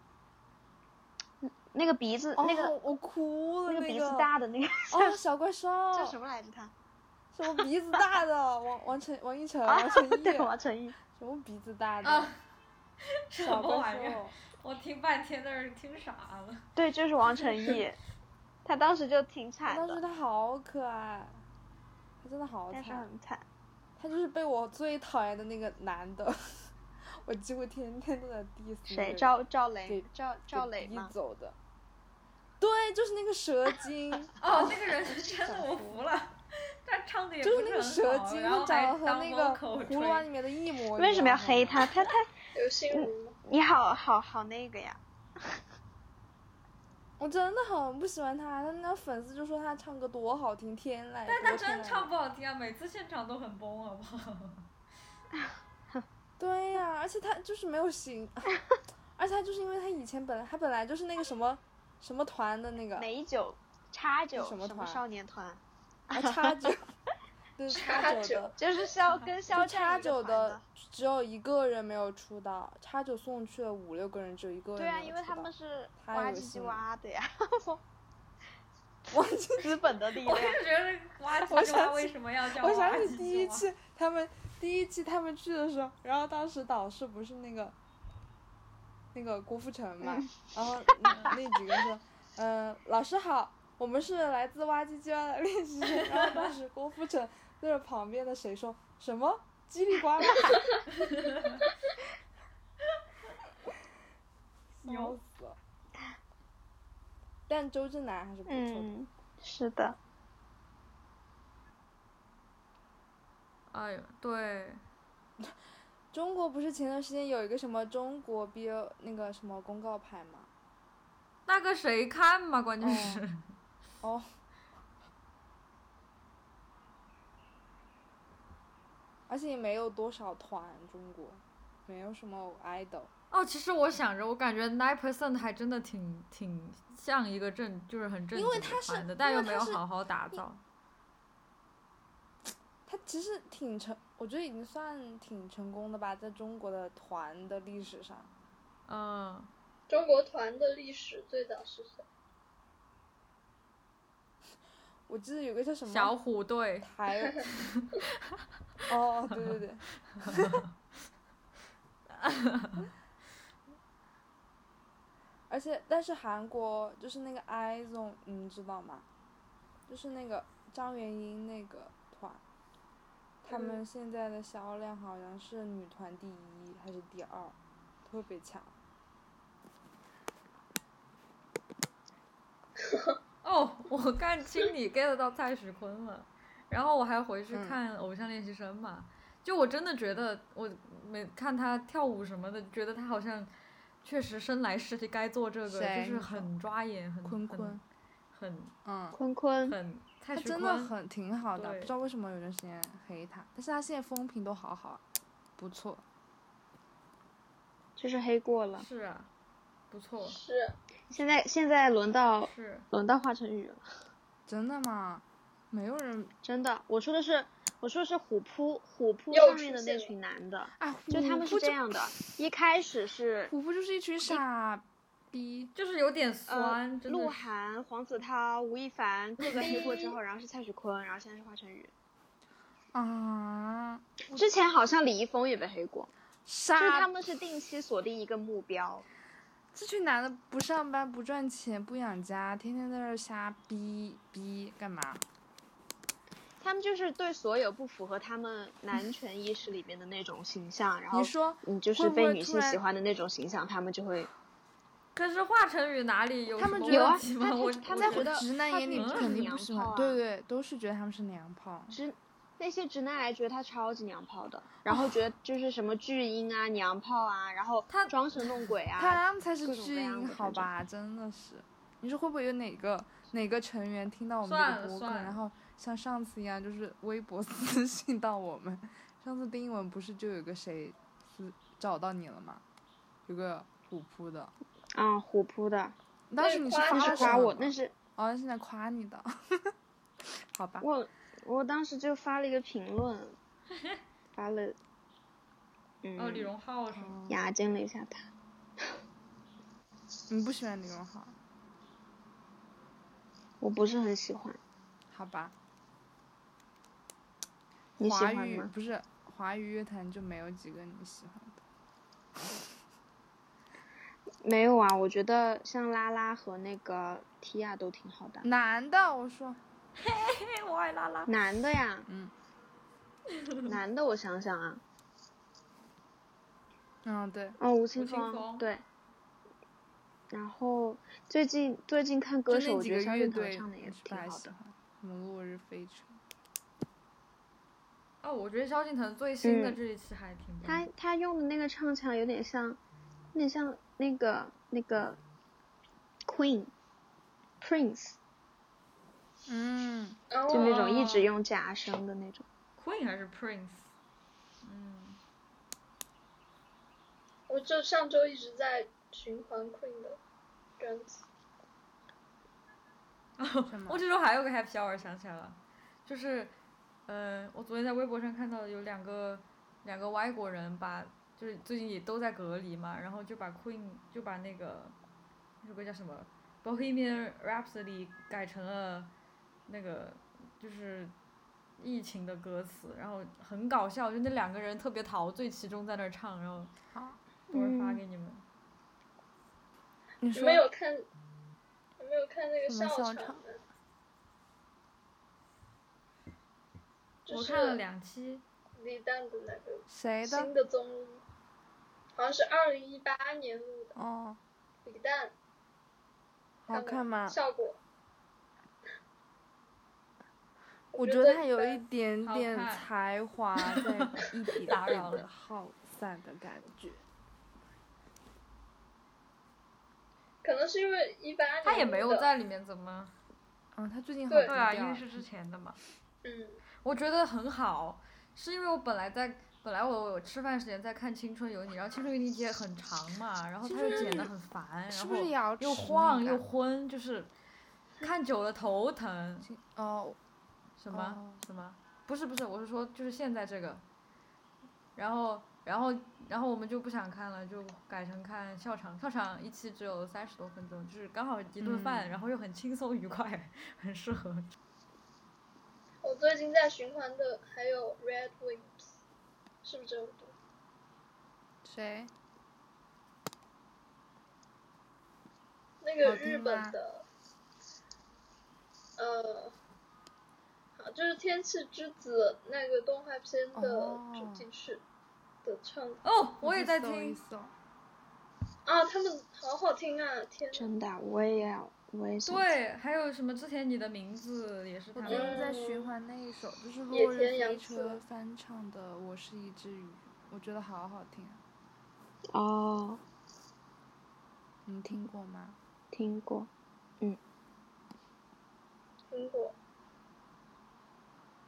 Speaker 1: 嗯那个鼻子、那个
Speaker 2: 哦、我哭了
Speaker 1: 那个鼻子
Speaker 2: 个
Speaker 1: 大的那个、
Speaker 2: 哦，小怪
Speaker 1: [LAUGHS]
Speaker 2: 兽
Speaker 1: 叫什么来着他？
Speaker 2: 什么鼻子大的王王晨王一晨
Speaker 1: 啊
Speaker 2: 王晨毅
Speaker 1: 对，王晨毅。
Speaker 2: 什么鼻子大的、
Speaker 4: 啊 [LAUGHS] 什
Speaker 2: 小
Speaker 4: 么
Speaker 2: 怪
Speaker 4: 玩意
Speaker 1: [LAUGHS]
Speaker 4: 儿？
Speaker 2: 兽，
Speaker 4: 我听半天在那儿听傻了。
Speaker 1: 对，就是王
Speaker 2: [LAUGHS]
Speaker 1: 晨毅，他当时就挺惨
Speaker 2: 当时
Speaker 1: 的，
Speaker 2: 他好可爱，他真的好
Speaker 1: 但是
Speaker 2: 惨，
Speaker 1: 很惨。
Speaker 2: 他就是被我最讨厌的那个男的， [LAUGHS] 我几乎天天都在 diss 那个
Speaker 1: 谁？
Speaker 2: 人
Speaker 1: 赵赵雷
Speaker 2: 给？
Speaker 1: 赵赵雷
Speaker 2: 逼
Speaker 1: 吗？
Speaker 2: 走的。对，就是那个蛇精，
Speaker 4: 哦，那个人是真的我服了，他唱 [LAUGHS] 的也不
Speaker 2: 就是那个
Speaker 4: 是很
Speaker 2: 蛇
Speaker 4: 好
Speaker 2: 精，
Speaker 4: 然后
Speaker 2: 他长得
Speaker 4: 还
Speaker 2: 和
Speaker 4: 当
Speaker 2: 那个
Speaker 4: vocal
Speaker 2: 《葫芦娃》
Speaker 4: 吹
Speaker 2: 里面的一模一样。啊
Speaker 1: 为什么要
Speaker 2: 好
Speaker 1: 黑
Speaker 2: 吗？
Speaker 1: 他？他他
Speaker 3: 刘心如吗？
Speaker 1: 你好好好那个呀，
Speaker 2: 我真的很不喜欢他，他那粉丝就说他唱歌多好听，天籁。
Speaker 4: 但他
Speaker 2: 多
Speaker 4: 真
Speaker 2: 天籁
Speaker 4: 唱不好听啊，每次现场都很崩，啊好不好？
Speaker 2: 对呀、而且他就是没有型， [SIGHS] 而且他就是因为他以前本来他本来就是那个什么什么团的那个
Speaker 1: 美酒、叉酒
Speaker 2: 是什么团
Speaker 1: 少年团，[LAUGHS]
Speaker 2: 啊叉九， [LAUGHS] 对叉
Speaker 3: 叉
Speaker 2: 九的
Speaker 3: 九，
Speaker 1: 就是肖跟肖
Speaker 2: 就
Speaker 1: 战
Speaker 2: 叉
Speaker 1: 一个
Speaker 2: 九
Speaker 1: 团
Speaker 2: 的只有一个人没有出道，叉九送去了五六个人，只有一个人
Speaker 1: 对啊，
Speaker 2: 没有
Speaker 1: 因为
Speaker 2: 出
Speaker 1: 他
Speaker 2: 道
Speaker 1: 们是
Speaker 2: 太
Speaker 1: 挖
Speaker 2: 恶
Speaker 1: 唧
Speaker 2: 心
Speaker 1: 唧
Speaker 2: 了
Speaker 1: 挖的呀，
Speaker 2: 我就
Speaker 1: 资本的力
Speaker 2: [LAUGHS]
Speaker 4: 我
Speaker 1: 量。
Speaker 4: [LAUGHS] 就觉得挖
Speaker 2: 我
Speaker 4: 机
Speaker 2: 想
Speaker 4: 娃
Speaker 2: 起
Speaker 4: 为什么要叫
Speaker 2: 我
Speaker 4: 挖
Speaker 2: 想起
Speaker 4: 机
Speaker 2: 第一
Speaker 4: 机娃？
Speaker 2: 期他们第一期他们去的时候，然后当时导师不是那个那个郭富城嘛，然后那那几个人说，嗯、老师好，我们是来自挖机机蛙的练习生。然后当时郭富城对着旁边的谁说什么叽里呱啦，笑
Speaker 4: [LAUGHS] 牛
Speaker 2: 死了。但周震南还是不错的。
Speaker 1: 嗯，是的，
Speaker 4: 哎呦，对，
Speaker 2: 中国不是前段时间有一个什么中国 BL 那个什么公告牌吗？
Speaker 4: 那个谁看嘛，关键是、
Speaker 2: 哦，而且也没有多少团，中国没有什么 idol。
Speaker 4: 哦，其实我想着，我感觉 Nine Percent 还真的挺挺像一个正，就是很正
Speaker 2: 因为
Speaker 4: 经的
Speaker 2: 他是
Speaker 4: 团的，但
Speaker 2: 因
Speaker 4: 又
Speaker 2: 为
Speaker 4: 没
Speaker 2: 他
Speaker 4: 有
Speaker 2: 是
Speaker 4: 好好打造。
Speaker 2: 他其实挺成，我觉得已经算挺成功的吧，在中国的团的历史上，
Speaker 4: 嗯，
Speaker 3: 中国团的历史最早是谁？
Speaker 2: 我记得有个叫什么
Speaker 4: 小虎队，
Speaker 2: 台， [LAUGHS] 哦，对对对， [LAUGHS] 而且但是韩国就是那个 I Zone，你们知道吗？就是那个张元英那个团，他们
Speaker 3: 嗯
Speaker 2: 现在的销量好像是女团第一还是第二，特别强。
Speaker 4: 哦，我看
Speaker 2: [LAUGHS]
Speaker 4: 清你 get 到蔡徐坤了，然后我还回
Speaker 2: 嗯
Speaker 4: 去看《偶像练习生》嘛，就我真的觉得我每看他跳舞什么的，觉得他好像确实生来是该做这个，就
Speaker 2: 谁
Speaker 4: 是
Speaker 2: 你
Speaker 4: 很抓眼，很
Speaker 2: 坤坤，
Speaker 4: 很
Speaker 2: 嗯，
Speaker 1: 坤坤
Speaker 4: 很很蔡
Speaker 2: 他
Speaker 4: 徐
Speaker 2: 真的
Speaker 4: 坤，
Speaker 2: 很挺好的，
Speaker 4: 对
Speaker 2: 不知道为什么有段时间黑他，但是他现在风评都好好啊，不错。
Speaker 1: 就是黑过了，
Speaker 4: 是啊，不错，
Speaker 3: 是
Speaker 1: [LAUGHS] 现在现在轮
Speaker 2: 哦
Speaker 1: 到
Speaker 4: 是
Speaker 1: 轮到华晨宇了，
Speaker 2: 真的吗？没有人
Speaker 1: 真的，我说的是我说的是虎扑虎扑
Speaker 3: 又
Speaker 1: 上面
Speaker 3: 出
Speaker 1: 的那
Speaker 3: 现了
Speaker 1: 群男的，
Speaker 2: 啊，
Speaker 1: 就他们
Speaker 2: 虎
Speaker 1: 是
Speaker 2: 扑
Speaker 1: 这样的，一开始是
Speaker 2: 虎扑就是一群傻逼，
Speaker 4: 就是有点
Speaker 1: 呃
Speaker 4: 酸，，真的
Speaker 1: 鹿
Speaker 4: 是
Speaker 1: 晗、黄子韬、吴亦凡各个黑过之
Speaker 2: [LAUGHS]
Speaker 1: 后，然后是蔡徐坤，然后现在是华晨宇。
Speaker 2: 啊，
Speaker 1: 之前好像李易峰也被黑过，
Speaker 2: 傻
Speaker 1: 就是他们是定期锁定一个目标，
Speaker 2: 这群男的不上班不赚钱不养家，天天在这儿瞎逼逼干嘛？
Speaker 1: 他们就是对所有不符合他们
Speaker 2: [LAUGHS]
Speaker 1: 男权意识里面的那种形象，然后
Speaker 2: 你说
Speaker 1: 哦你就
Speaker 2: 会
Speaker 1: 是
Speaker 2: 不
Speaker 1: 被
Speaker 2: 会
Speaker 1: 女
Speaker 2: 突
Speaker 1: 性喜
Speaker 2: 然
Speaker 1: 欢的那种形象，他们就
Speaker 2: [LAUGHS]
Speaker 1: 会
Speaker 4: 可是华晨宇哪里有
Speaker 2: 他
Speaker 4: 什
Speaker 2: 们
Speaker 4: 么
Speaker 2: 觉得
Speaker 4: 问题
Speaker 1: 他
Speaker 4: 吗？
Speaker 1: 他
Speaker 4: 我
Speaker 1: 他
Speaker 4: 我
Speaker 1: 们
Speaker 2: 在
Speaker 1: 觉
Speaker 4: 觉
Speaker 1: 得
Speaker 2: 直男
Speaker 1: 他
Speaker 2: 眼里
Speaker 1: 觉得
Speaker 2: 肯定
Speaker 1: 娘
Speaker 2: 不喜欢
Speaker 1: 炮，啊
Speaker 2: 对对，都是觉得他们是娘炮。
Speaker 1: 直那些直男癌觉得他超级娘炮的，然
Speaker 2: 哦
Speaker 1: 后觉得就是什么巨婴啊、娘炮啊，然后
Speaker 4: 他
Speaker 1: 装神弄鬼啊，
Speaker 2: 他们才
Speaker 1: 各
Speaker 2: 是
Speaker 1: 种
Speaker 2: 巨
Speaker 1: 各样
Speaker 2: 婴，
Speaker 1: 的
Speaker 2: 好
Speaker 1: 那种
Speaker 2: 吧，真的是。你说会不会有哪个哪个成员听到我们
Speaker 4: 算
Speaker 2: 这
Speaker 4: 了
Speaker 2: 个播客，
Speaker 4: 算
Speaker 2: 然
Speaker 4: 了
Speaker 2: 后像上次一样，就是微博 [LAUGHS] 私信到我们？上次丁一文不是就有个谁私找到你了吗？有个虎扑的，
Speaker 1: 啊，虎扑的，
Speaker 2: 当
Speaker 3: 对
Speaker 2: 时你是
Speaker 3: 夸
Speaker 2: 发
Speaker 1: 那是
Speaker 3: 你
Speaker 2: 了什
Speaker 1: 夸
Speaker 2: 么
Speaker 1: 我
Speaker 2: 吗，
Speaker 1: 那是
Speaker 2: 哦，现在夸你的， [LAUGHS] 好吧？
Speaker 1: 我我当时就发了一个评论，发了，嗯，
Speaker 4: 哦，李荣浩是吗？
Speaker 1: 牙尖了一下他，
Speaker 2: 你不喜欢李荣浩，
Speaker 1: 我不是很喜欢，
Speaker 2: 好吧？
Speaker 1: 你喜
Speaker 2: 华
Speaker 1: 欢
Speaker 2: 语
Speaker 1: 吗？
Speaker 2: 不是华语乐坛就没有几个你喜欢的。
Speaker 1: 没有啊，我觉得像拉拉和那个提亚都挺好的，
Speaker 2: 男的，我说
Speaker 4: 嘿，哎我爱拉拉。
Speaker 1: 男的呀，
Speaker 2: 嗯，
Speaker 1: 男的我想想啊，
Speaker 2: 嗯，对，
Speaker 1: 哦，吴青
Speaker 4: 吴青
Speaker 1: 峰，
Speaker 4: 峰
Speaker 1: 对。然后最近最近看歌
Speaker 2: 就
Speaker 1: 手，
Speaker 2: 那
Speaker 1: 我
Speaker 2: 几
Speaker 1: 觉得
Speaker 2: 个
Speaker 1: 萧
Speaker 2: 乐
Speaker 1: 敬腾
Speaker 2: 队
Speaker 1: 唱的也
Speaker 2: 你是不
Speaker 1: 挺
Speaker 2: 太
Speaker 1: 好
Speaker 2: 喜
Speaker 1: 的
Speaker 2: 欢，，什么落日飞车，
Speaker 4: 哦，我觉得萧敬腾最新的
Speaker 1: 嗯
Speaker 4: 这一期还挺棒
Speaker 1: 他
Speaker 4: 的。
Speaker 1: 他用的那个唱腔有点像，有点像那个那个 Queen Prince，
Speaker 4: [LAUGHS]
Speaker 2: 嗯，
Speaker 3: 然后
Speaker 1: 就那种一直
Speaker 4: 哦
Speaker 1: 用假声的那种。
Speaker 4: Queen 还是 Prince？嗯，
Speaker 3: 我就上周一直在循环 Queen 的专辑，
Speaker 2: 什么
Speaker 4: 我这周还有个 Happy Hour 想起来了，就是，呃，我昨天在微博上看到有两个两个外国人把，就是最近也都在隔离嘛，然后就把 Queen 就把那个那首歌叫什么 Bohemian Rhapsody 改成了那个就是疫情的歌词，然后很搞笑，就那两个人特别陶醉其中在那儿唱，然后
Speaker 2: 好，
Speaker 4: 等会儿发
Speaker 1: 嗯
Speaker 4: 给你们。
Speaker 2: 你
Speaker 3: 你
Speaker 2: 说
Speaker 3: 们有看？你们有看那个
Speaker 2: 什么
Speaker 3: 笑
Speaker 2: 笑
Speaker 3: 场
Speaker 2: 场
Speaker 3: 吗？就
Speaker 4: 我
Speaker 3: 是
Speaker 4: 看了两期，
Speaker 3: 李诞的那个
Speaker 2: 谁
Speaker 3: 新
Speaker 2: 的？
Speaker 3: 的综艺，好像是二零一八年录的。
Speaker 2: 哦，
Speaker 3: 李诞
Speaker 2: 好
Speaker 3: 看
Speaker 2: 看吗？
Speaker 3: 效果，
Speaker 2: 我
Speaker 3: 觉
Speaker 2: 觉得
Speaker 3: 得
Speaker 2: 他
Speaker 3: 一
Speaker 2: 有一
Speaker 3: 般
Speaker 2: 点
Speaker 4: 好
Speaker 2: 点
Speaker 4: 看
Speaker 2: 才
Speaker 4: [LAUGHS]
Speaker 2: 华在一点
Speaker 4: 打
Speaker 2: 点
Speaker 4: 扰
Speaker 2: 的
Speaker 4: 了
Speaker 2: 耗散的感觉。
Speaker 3: 可能是因为一八年
Speaker 4: 他也没
Speaker 3: 录
Speaker 4: 有
Speaker 3: 的，
Speaker 4: 在里面怎么。
Speaker 2: 嗯，他最近好
Speaker 3: 对
Speaker 2: 低
Speaker 4: 对啊，
Speaker 2: 调
Speaker 4: 因为
Speaker 2: 啊
Speaker 4: 是之前的嘛。
Speaker 3: 嗯，
Speaker 4: 我觉得很好，是因为我本来在本来我我吃饭时间在看《青春有你》，然后《青春有你》也很长嘛，然后它又剪得很烦，
Speaker 2: 是
Speaker 4: 然
Speaker 2: 不是
Speaker 4: 后
Speaker 2: 瑶池
Speaker 4: 又
Speaker 2: 那
Speaker 4: 晃
Speaker 2: 个
Speaker 4: 又昏，就是看久了头疼。
Speaker 2: 哦，
Speaker 4: 什么
Speaker 2: 哦
Speaker 4: 什么？不是不是，我是说就是现在这个，然后然后然后我们就不想看了，就改成看笑场。笑场一期只有三十多分钟，就是刚好一顿饭，
Speaker 5: 嗯
Speaker 4: 然后又很轻松愉快， [LAUGHS] 很适合。
Speaker 3: 我最近在循环的还有 Red Wimps，是不是这么多？
Speaker 2: 谁？
Speaker 3: 那
Speaker 2: 好
Speaker 3: 个
Speaker 2: 听
Speaker 3: 日
Speaker 2: 吗
Speaker 3: 本的，呃，好，就是《天气之子》那个动画片的主题曲的唱、
Speaker 4: 哦，我也
Speaker 2: 去
Speaker 4: 在
Speaker 2: 搜一
Speaker 4: 听，
Speaker 2: 搜。
Speaker 3: 啊，他们好好听啊！天呐，
Speaker 1: 真的，我也要，我也想
Speaker 4: 对，还有什么之前你的名字也是
Speaker 2: 我
Speaker 4: 他
Speaker 2: 最近
Speaker 4: 们，
Speaker 2: 在
Speaker 3: 嗯
Speaker 2: 循环那一首，就是
Speaker 3: 野
Speaker 2: 落日
Speaker 3: 田
Speaker 2: 飞
Speaker 3: 洋
Speaker 2: 车
Speaker 3: 次
Speaker 2: 翻唱的《我是一只鱼》，我觉得好好听啊！
Speaker 1: 哦，
Speaker 2: 你们听过吗？
Speaker 1: 听过，
Speaker 3: 听过，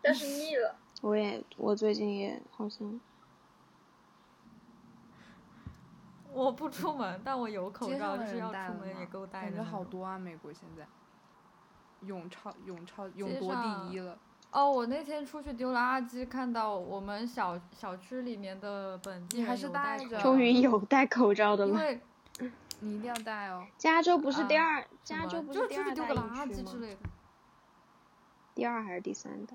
Speaker 3: 但是腻了。
Speaker 1: 我也我最近也好像
Speaker 4: 我不出门，但我有口
Speaker 2: 街
Speaker 4: 罩，
Speaker 2: 上
Speaker 4: 就
Speaker 2: 的
Speaker 4: 是
Speaker 2: 人
Speaker 4: 要
Speaker 2: 戴
Speaker 4: 出
Speaker 2: 了
Speaker 4: 门也
Speaker 2: 吗
Speaker 4: 够戴
Speaker 2: 感
Speaker 4: 的
Speaker 2: 觉
Speaker 4: 那
Speaker 2: 好
Speaker 4: 种
Speaker 2: 多啊，美国现在勇超勇超勇
Speaker 4: 街
Speaker 2: 夺
Speaker 4: 上
Speaker 2: 第一了。
Speaker 4: 哦，我那天出去丢垃圾，看到我们小小区里面的本地
Speaker 2: 你还
Speaker 4: 人
Speaker 2: 是
Speaker 4: 有
Speaker 2: 戴
Speaker 4: 戴口
Speaker 2: 着
Speaker 4: 罩
Speaker 1: 终于有戴口罩的
Speaker 4: 啊因
Speaker 1: 了。
Speaker 4: 为
Speaker 2: 你一定要戴哦！
Speaker 1: 加州不是第
Speaker 4: 啊
Speaker 1: 二，
Speaker 4: 什
Speaker 1: 加
Speaker 4: 么
Speaker 1: 州不
Speaker 4: 就是
Speaker 1: 第
Speaker 4: 出去
Speaker 1: 二
Speaker 4: 丢
Speaker 1: 大
Speaker 4: 个
Speaker 1: 疫
Speaker 4: 垃
Speaker 1: 区
Speaker 4: 圾之
Speaker 1: 吗？
Speaker 4: 类的。
Speaker 1: 第二还是第三的？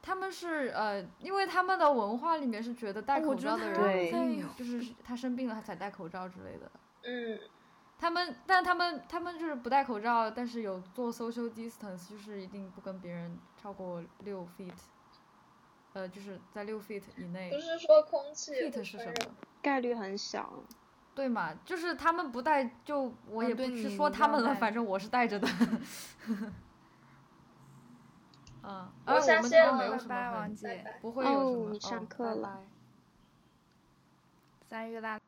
Speaker 4: 他们是呃，因为他们的文化里面是哦觉得戴
Speaker 2: 我
Speaker 4: 口
Speaker 2: 觉
Speaker 4: 罩
Speaker 2: 得
Speaker 4: 的
Speaker 2: 他
Speaker 1: 对
Speaker 2: 在
Speaker 4: 人病
Speaker 2: 有，
Speaker 4: 就是他生病了他才戴口罩之类的。
Speaker 3: 嗯，
Speaker 4: 他们，但他们他们就是不戴口罩，但是有做 social distance，就是一定不跟别人超过六 feet，呃，就是在六 feet 以内
Speaker 3: 不。是说空气也不
Speaker 4: feet 哎是
Speaker 3: 传
Speaker 4: 什
Speaker 3: 染，
Speaker 4: 么？
Speaker 1: 概率很小。啊
Speaker 4: 对嘛，就是他们不戴，就我
Speaker 2: 啊
Speaker 4: 也不
Speaker 2: 对
Speaker 4: 去
Speaker 2: 你
Speaker 4: 说
Speaker 2: 一定
Speaker 4: 他
Speaker 2: 要
Speaker 4: 们了，
Speaker 2: 戴
Speaker 4: 反
Speaker 2: 着
Speaker 4: 正我是戴着的。 [LAUGHS] 嗯，
Speaker 2: 啊
Speaker 4: 而
Speaker 3: 我下
Speaker 4: 我们
Speaker 3: 线
Speaker 4: 这边
Speaker 3: 了
Speaker 4: 没有
Speaker 2: 拜
Speaker 4: 什
Speaker 2: 拜，
Speaker 4: 么哦
Speaker 2: 王
Speaker 4: 很，
Speaker 3: 拜
Speaker 2: 姐，
Speaker 3: 拜。
Speaker 4: 不会有什
Speaker 1: 哦
Speaker 4: 么。
Speaker 1: 你上
Speaker 4: 哦
Speaker 1: 课
Speaker 2: 拜
Speaker 1: 了
Speaker 2: 拜三月大